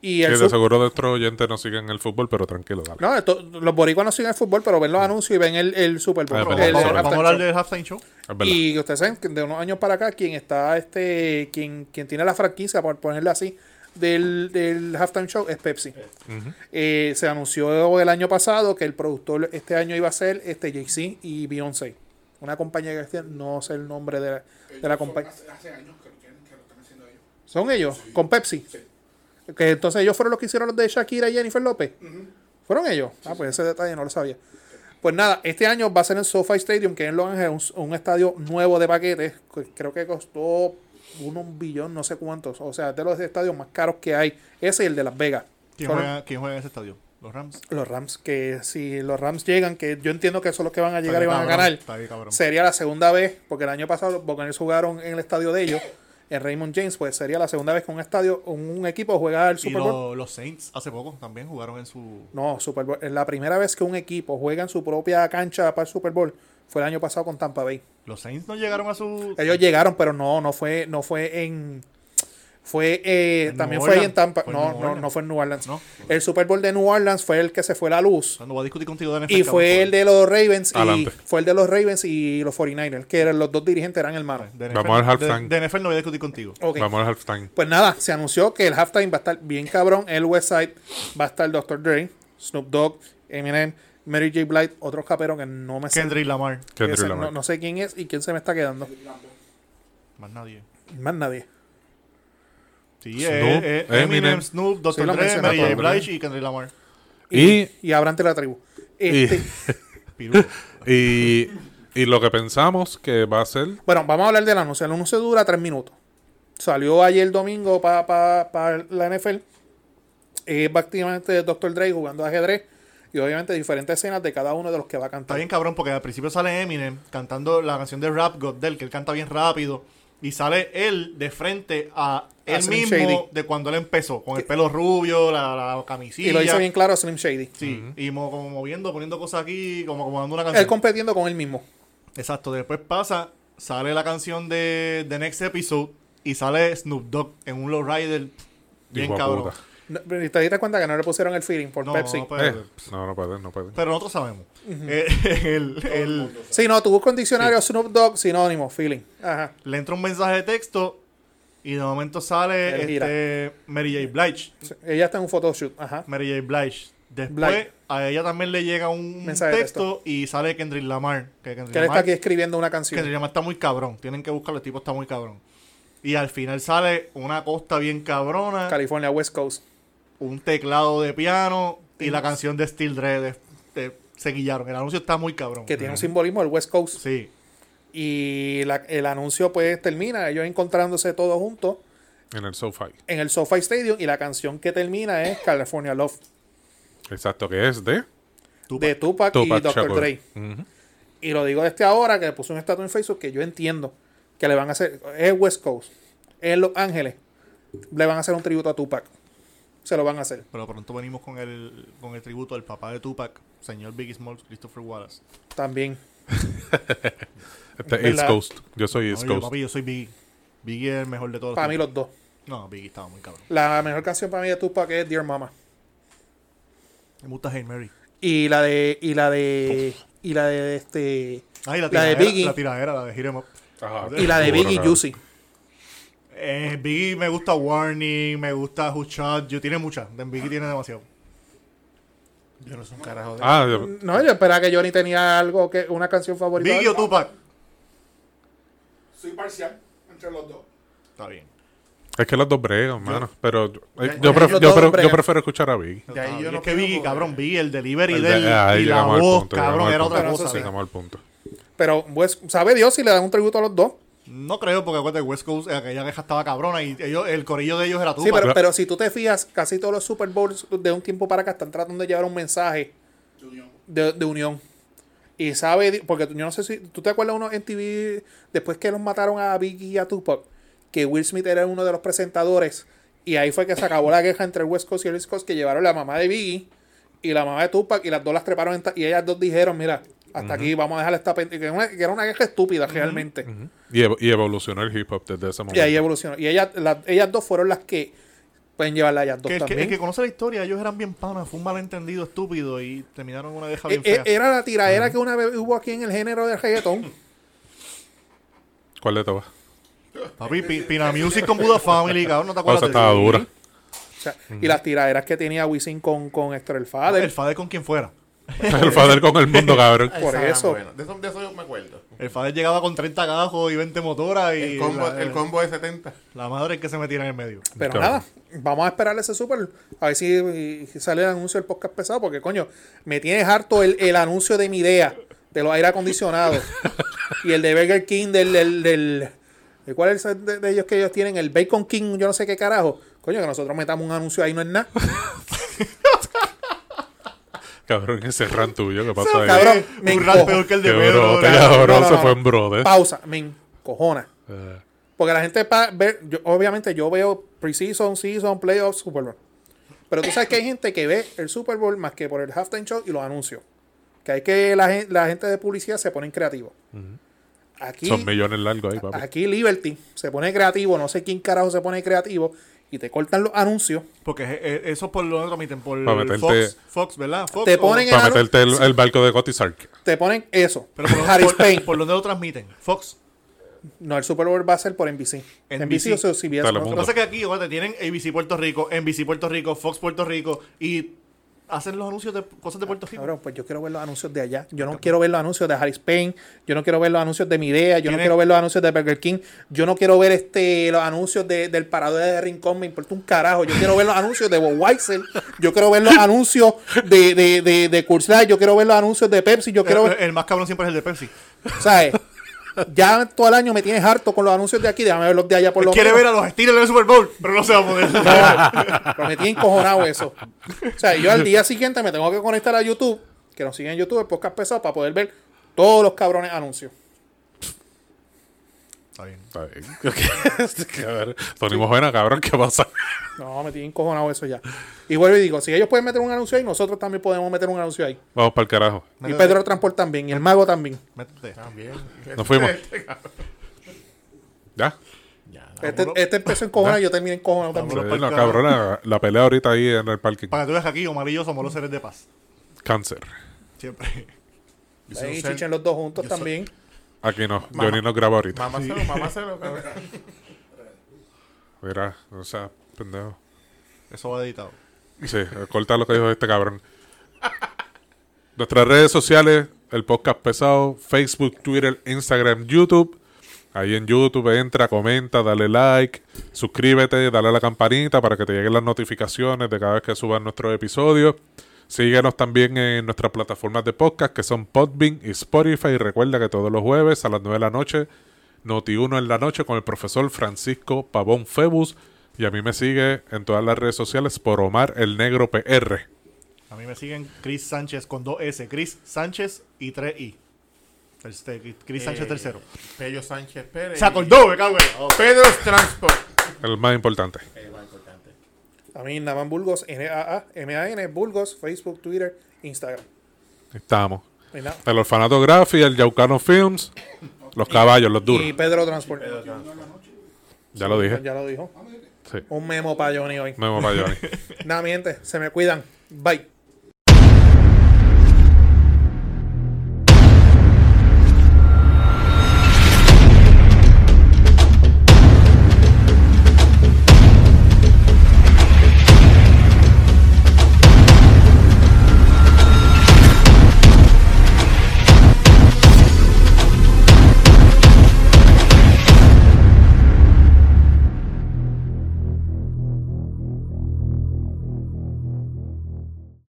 B: Y
A: Sí,
B: el
A: de
B: Sup-
A: seguro nuestros oyentes no siguen el fútbol, pero tranquilo, dale.
B: no, esto- los boricuas no siguen el fútbol, pero ven los anuncios y ven el, el Super Bowl.
A: Ah, es
B: el-
A: verdad,
B: el
A: vamos-
B: halftime
D: vamos a hablar
B: show.
D: del halftime show.
A: Es verdad.
B: Y ustedes saben que de unos años para acá, quien está, este, quien, quien tiene la franquicia, por ponerla así, del, del halftime show es Pepsi. Eh, se anunció el año pasado que el productor este año iba a ser este Jay-Z y Beyoncé. Una compañía que este- no sé el nombre de la, de la
F: Ellos
B: compañía.
F: son- Hace, hace años que lo, tienen- que lo están haciendo ellos.
B: ¿Son ellos? ¿Con Pepsi?
F: Sí.
B: Que entonces ellos fueron los que hicieron los de Shakira y Jennifer López. ¿Fueron ellos? Ah, pues ese detalle no lo sabía. Pues nada, este año va a ser en SoFi Stadium, que es en Los Ángeles, un, un estadio nuevo de paquetes. que Creo que costó uno, un billón, no sé cuántos. O sea, es de los estadios más caros que hay. Ese y el de Las Vegas.
D: ¿Quién
B: Son
D: juega, ¿Quién juega en ese estadio? ¿Los Rams?
B: Los Rams, que si los Rams llegan, que yo entiendo que son los que van a llegar y
D: Está
B: van a
D: bien, cabrón,
B: ganar.
D: Está bien, cabrón.
B: Sería la segunda vez, porque el año pasado los Buccaneers jugaron en el estadio de ellos, en Raymond James, pues sería la segunda vez que un estadio, un, un equipo juega el
D: Y
B: Super Bowl.
D: lo- los Saints hace poco también jugaron en su...
B: No, Super Bowl. Es la primera vez que un equipo juega en su propia cancha para el Super Bowl. Fue el año pasado con Tampa Bay.
D: Los Saints no llegaron a su...
B: Ellos llegaron, pero no, no fue, no fue en. Fue, eh,
D: En
B: también
D: New
B: fue ahí en
D: Orleans.
B: Tampa.
D: Fue en
B: no,
D: New
B: no,
D: Orleans.
B: no fue en New Orleans.
D: No.
B: El Super Bowl de New Orleans fue el que se fue la
D: *laughs*
B: luz.
D: No voy a discutir contigo de NFL,
B: Y
D: cabrón,
B: fue
D: por-
B: el de los Ravens y
A: Adelante.
B: fue el de los Ravens y los 49ers, que eran los dos dirigentes eran hermanos.
D: de NFL,
A: Vamos al halftime.
D: de- De NFL no voy a discutir contigo.
B: Ok.
A: Vamos al halftime.
B: Pues nada, se anunció que el halftime va a estar bien cabrón. En el website va a estar Dr. Dre, Snoop Dogg, Eminem, Mary J. Blight, otro capero que no me sé.
D: Kendrick Lamar.
B: que
A: Kendrick
B: se-
A: Lamar.
B: no, no sé quién es y quién se me está quedando.
D: Más nadie.
B: Más nadie.
D: Sí,
A: Snoop,
D: eh, eh, Eminem,
A: Eminem,
D: Snoop, Dr.
B: Sí, lo
D: Dre,
B: mencionaste.
D: Mary J.
A: Dr. Dre.
D: Blige y Kendrick Lamar.
B: Y,
A: Y-
B: y abrante la tribu. Este,
D: Pirulo.
A: Y, y lo que pensamos que va a ser.
B: Bueno, vamos a hablar del anuncio. El anuncio dura tres minutos. Salió ayer domingo para la NFL. Es prácticamente Dr. Dre jugando ajedrez. Y obviamente diferentes escenas de cada uno de los que va a
D: Está
B: cantar.
D: bien cabrón porque al principio sale Eminem cantando la canción de Rap God del que él canta bien rápido y sale él de frente a él
B: Slim
D: mismo
B: Shady.
D: de cuando él empezó, con el pelo rubio, la, la camisilla.
B: Y lo hizo bien claro Slim Shady.
D: Sí, y mo- como moviendo, poniendo cosas aquí, como acomodando una
B: Él
D: canción.
B: compitiendo con él mismo.
D: Exacto, después pasa, sale la canción de The Next Episode y sale Snoop Dogg en un Lowrider bien
A: Hijo de
D: cabrón.
A: puta.
B: No, pero te diste cuenta que no le pusieron el feeling por
D: No,
B: Pepsi.
D: no, pues. pero,
A: Eh, no, no pueden, no pueden.
D: pero nosotros sabemos. Eh, *laughs* el- el,
B: Sí, no, tuvo un diccionario Snoop Dogg sinónimo, feeling. Ajá.
D: le entra un mensaje de texto y de momento sale
B: Él gira.
D: este, Mary J. Blige.
B: Sí, Ella está en un photoshoot. Ajá.
D: Mary J. Blige. Después
B: Blige.
D: a ella también le llega un
B: Mensaje de
D: texto y sale Kendrick Lamar. Que Kendrick,
B: Que él está
D: Lamar,
B: aquí escribiendo una canción.
D: Kendrick Lamar está muy cabrón. Tienen que buscarlo, el tipo está muy cabrón. Y al final sale una costa bien cabrona,
B: California, West Coast.
D: un teclado de piano y la canción de Steel Dre de- de- se guillaron. El anuncio está muy cabrón.
B: Que tiene un simbolismo del West Coast.
D: Sí.
B: Y la- el anuncio pues termina, ellos encontrándose todos juntos
A: En el SoFi.
B: en el SoFi Stadium y la canción que termina es California Love
A: Exacto, que es de
D: Tupac.
B: de Tupac,
A: Tupac
B: y Dr.
A: Shakur.
B: Dre.
A: Ujú.
B: Y lo digo desde ahora que puse un estatus en Facebook que yo entiendo que le van a hacer, es West Coast, es Los Ángeles, le van a hacer un tributo a Tupac. Se lo van a hacer.
D: Pero pronto venimos con el, con el tributo al papá de Tupac, señor Biggie Smalls, Christopher Wallace.
B: También.
A: Este
B: ¿Verdad?
A: East Coast. Yo soy
D: No,
A: East
D: yo,
A: Coast.
D: papi, yo soy Biggie. Biggie es el mejor de todos.
B: Para mí los
D: tiempos.
B: dos.
D: No, Biggie estaba muy cabrón.
B: La mejor canción para mí de Tupac es Dear Mama.
D: Me gusta Hail Mary.
B: Y la de, y la de, y la de este,
D: Ay,
B: La
D: la,
B: de
D: tiradera,
B: Biggie.
D: La tiradera, la de Hit 'em Up.
A: Ajá,
B: y la de
A: seguro,
B: Biggie
A: cabrón.
B: Juicy.
D: Eh, Biggie me gusta Warning, me gusta Who Shot. Yo tiene muchas. De Biggie tiene demasiado.
C: Yo no soy un carajo de.
A: Ah, yo-
B: No, yo esperaba que Johnny tenía algo, que una canción favorita.
D: Biggie o Tupac.
F: Soy parcial entre los dos.
D: Está bien.
A: es que los dos bregan, mano. Pero yo, eh,
C: Ya-
A: yo
B: ya
A: pref-
B: los
A: yo
B: dos
A: pre-
B: bregan.
A: yo prefiero escuchar a Biggie.
C: De ahí yo
D: es
C: no
D: que
C: puedo
D: Biggie,
C: con-
D: cabrón, Biggie, el delivery
A: El
D: de él
A: de- ahí
D: y la
A: llegamos al
D: voz,
A: punto, llegamos
D: cabrón,
A: al
D: era otra
A: punto,
D: cosa.
B: sí.
A: Llegamos al punto.
B: Pero pues, sabe Dios si le dan un tributo a los dos.
D: No creo, porque acuérdate, West Coast, eh, aquella vieja estaba cabrona y ellos, el corillo de ellos era Tupac.
B: Sí, pero,
A: Claro.
B: pero si tú te fijas, casi todos los Super Bowls de un tiempo para acá están tratando de llevar un mensaje
F: Junior.
B: de, de unión. Y sabe, Di- porque tú- yo no sé si tú te acuerdas uno en TV, después que los mataron a Biggie y a Tupac, que Will Smith era uno de los presentadores. Y ahí fue que se acabó la guerra entre el West Coast y el East Coast, que llevaron la mamá de Biggie y la mamá de Tupac, y las dos las treparon. en ta- Y ellas dos dijeron: Mira, hasta aquí vamos a dejar esta. pen- Que era una, que era una guerra estúpida realmente.
A: Y, ev- y evolucionó el hip hop desde ese
B: Y
A: momento.
B: ahí evolucionó. Y ellas, las- ellas dos fueron las que pueden llevarla a ellas dos
D: que, el que,
B: también.
D: el que conoce la historia, ellos eran bien panas, fue un malentendido estúpido y terminaron una vieja
B: Eh,
D: bien
B: eh,
D: fea.
B: era la tiradera que una vez hubo aquí en el género del reggaetón.
A: ¿Cuál de todas?
B: eh.
D: Papi, Pi- Pina Music con Buda Family, cabrón,
A: *laughs*
D: no te
A: O
D: acuerdas.
A: sea,
D: de-
A: estaba dura.
B: O sea, Y las tiraderas que tenía Wisin con, con Héctor el Father.
D: El Fader con quien fuera.
A: *laughs* El Fader con el mundo, cabrón.
C: Ay,
B: por
C: esa era
B: eso.
C: buena. De eso. De eso yo me acuerdo.
D: El Fader llegaba con 30 gajos y 20 motoras y
C: El combo,
D: la,
C: el combo de 70.
D: la madre que se metía en el medio.
B: Pero
A: Claro.
B: nada, vamos a esperar ese super. A ver si si sale el anuncio del podcast pesado, porque coño, me tienes harto el, el anuncio de mi idea, de los aire acondicionados. y el de Burger King, del. del, del- ¿de ¿Cuál es el de, de ellos que ellos tienen? El Bacon King, yo no sé qué carajo. Coño, que nosotros metamos un anuncio ahí no es nada.
A: Cabrón, ese ran tuyo, ¿qué pasa ahí?
B: Cabrón, me
D: un rap
B: encojo.
D: peor que el
A: Qué
D: de Pedro.
A: brote,
D: cabrón.
A: cabrón,
B: No, no,
A: se
B: no.
A: fue en brother.
B: Pausa, me encojona.
A: Eh,
B: Porque la gente, pa- ve- yo- obviamente, yo veo preseason, season, playoffs, Super Bowl. Pero tú sabes que hay gente que ve el Super Bowl más que por el halftime show y los anuncios. Que hay que la, gen- la gente de publicidad se ponen creativos. Aquí,
A: son millones largos ahí, papi.
B: aquí Liberty se pone creativo, no sé quién carajo se pone creativo y te cortan los anuncios.
D: Porque eh, eh, eso por lo otro meten por
A: Para meterte-
D: Fox, Fox, ¿verdad? Fox,
B: Te
D: o-
B: ponen
A: Para
B: en anun-
A: meterte el, el barco de Gotti Sark.
B: te ponen eso.
D: Pero por,
B: Harry
D: por-
B: Spain.
D: por donde lo transmiten. Fox.
B: no, el Super Bowl va a ser por NBC. NBC,
D: NBC.
B: o CBS.
A: Telemundo.
D: Lo que pasa es que aquí, oye, te tienen ABC Puerto Rico, NBC Puerto Rico, Fox Puerto Rico y hacen los anuncios de cosas de Puerto Rico.
B: Cabrón, pues yo quiero ver los anuncios de allá. Yo no quiero ver los anuncios de Harris Payne. Yo no quiero ver los anuncios de Midea. Yo no
D: Tiene-
B: quiero ver los anuncios de Burger King. Yo no quiero ver este los anuncios de- del parador de Rincón. Me importa un carajo. Yo quiero ver los anuncios de Bob Weissel. Yo quiero ver los anuncios de, de, de, de Coors Light. Yo quiero ver los anuncios de Pepsi. Yo quiero
D: El, *laughs*
B: ver.
D: Eh, el más cabrón siempre es el de Pepsi.
B: ¿Sabes? Ya todo el año me tienes harto con los anuncios de aquí. Déjame ver los de allá por lo
D: Quiere
B: menos.
D: ver a los Steelers en el Super Bowl, pero no se va
B: *laughs*
D: a poder.
B: No, pero me tiene encojonado eso. O sea, yo al
D: *laughs*
B: día siguiente me tengo que conectar a YouTube, que nos siguen en YouTube, el podcast pesado, para poder ver todos los cabrones anuncios.
D: Está bien.
A: Está bien. *laughs* este Cabrón, Tony Mojena, cabrón, ¿qué pasa?
B: No, me tiene encojonado eso ya. Y vuelvo y digo, si ellos pueden meter un anuncio ahí, nosotros también podemos meter un anuncio ahí.
A: Vamos para el carajo.
B: Y Pedro Transport también, y el mago también.
D: Métete.
C: También.
D: *laughs*
B: Este
A: Nos fuimos. ¿Ya?
C: Ya,
B: Este, este empezó encojonado y yo terminé encojonado
A: Sí,
B: también.
D: Vámonos. pa'l
A: no,
D: carajo.
A: cabrón, la, la pelea ahorita ahí en el parque.
D: Para que tú veas que aquí, Omar y yo somos los seres de paz.
A: Cáncer.
D: Siempre. *laughs*
C: Yo soy un
B: Ahí
C: ser-
B: chichen los dos juntos
C: yo soy-
B: también.
A: Aquí no, Johnny nos graba ahorita.
C: Mamáselo, mamáselo, cabrón.
A: Mira, o sea, pendejo.
D: Eso va editado.
A: Sí, corta lo que dijo este cabrón. Nuestras redes sociales, el podcast pesado, Facebook, Twitter, Instagram, YouTube. Ahí en YouTube entra, comenta, dale like, suscríbete, dale a la campanita para que te lleguen las notificaciones de cada vez que suban nuestros episodios. Síguenos también en nuestras plataformas de podcast que son Podbean y Spotify. Y recuerda que todos los jueves a las 9 de la noche, Noti 1 en la noche con el profesor Francisco Pavón Febus. Y a mí me sigue en todas las redes sociales por Omar el Negro PR.
D: A mí me siguen Chris Sánchez con 2S. Chris Sánchez y 3I. Terce- este, Chris
C: Eh.
D: Sánchez tercero.
C: Pello Sánchez Pérez.
D: Se acordó, me cago en la-
C: Pedro Transport.
A: El más importante.
C: Eh, más importante.
B: A mí, Naman Burgos, N-A-A, M-A-N, Burgos, Facebook, Twitter, Instagram.
A: Estamos.
B: Y nada.
A: El Orfanato Graphic, el Yaucano Films, los caballos, los duros.
B: Y Pedro Transport.
A: Ya lo
B: *laughs*
A: dije.
B: Ya lo dijo.
A: Sí.
B: Un memo para Johnny hoy.
A: Memo para Johnny.
B: Nada, mi gente, se me cuidan. Bye.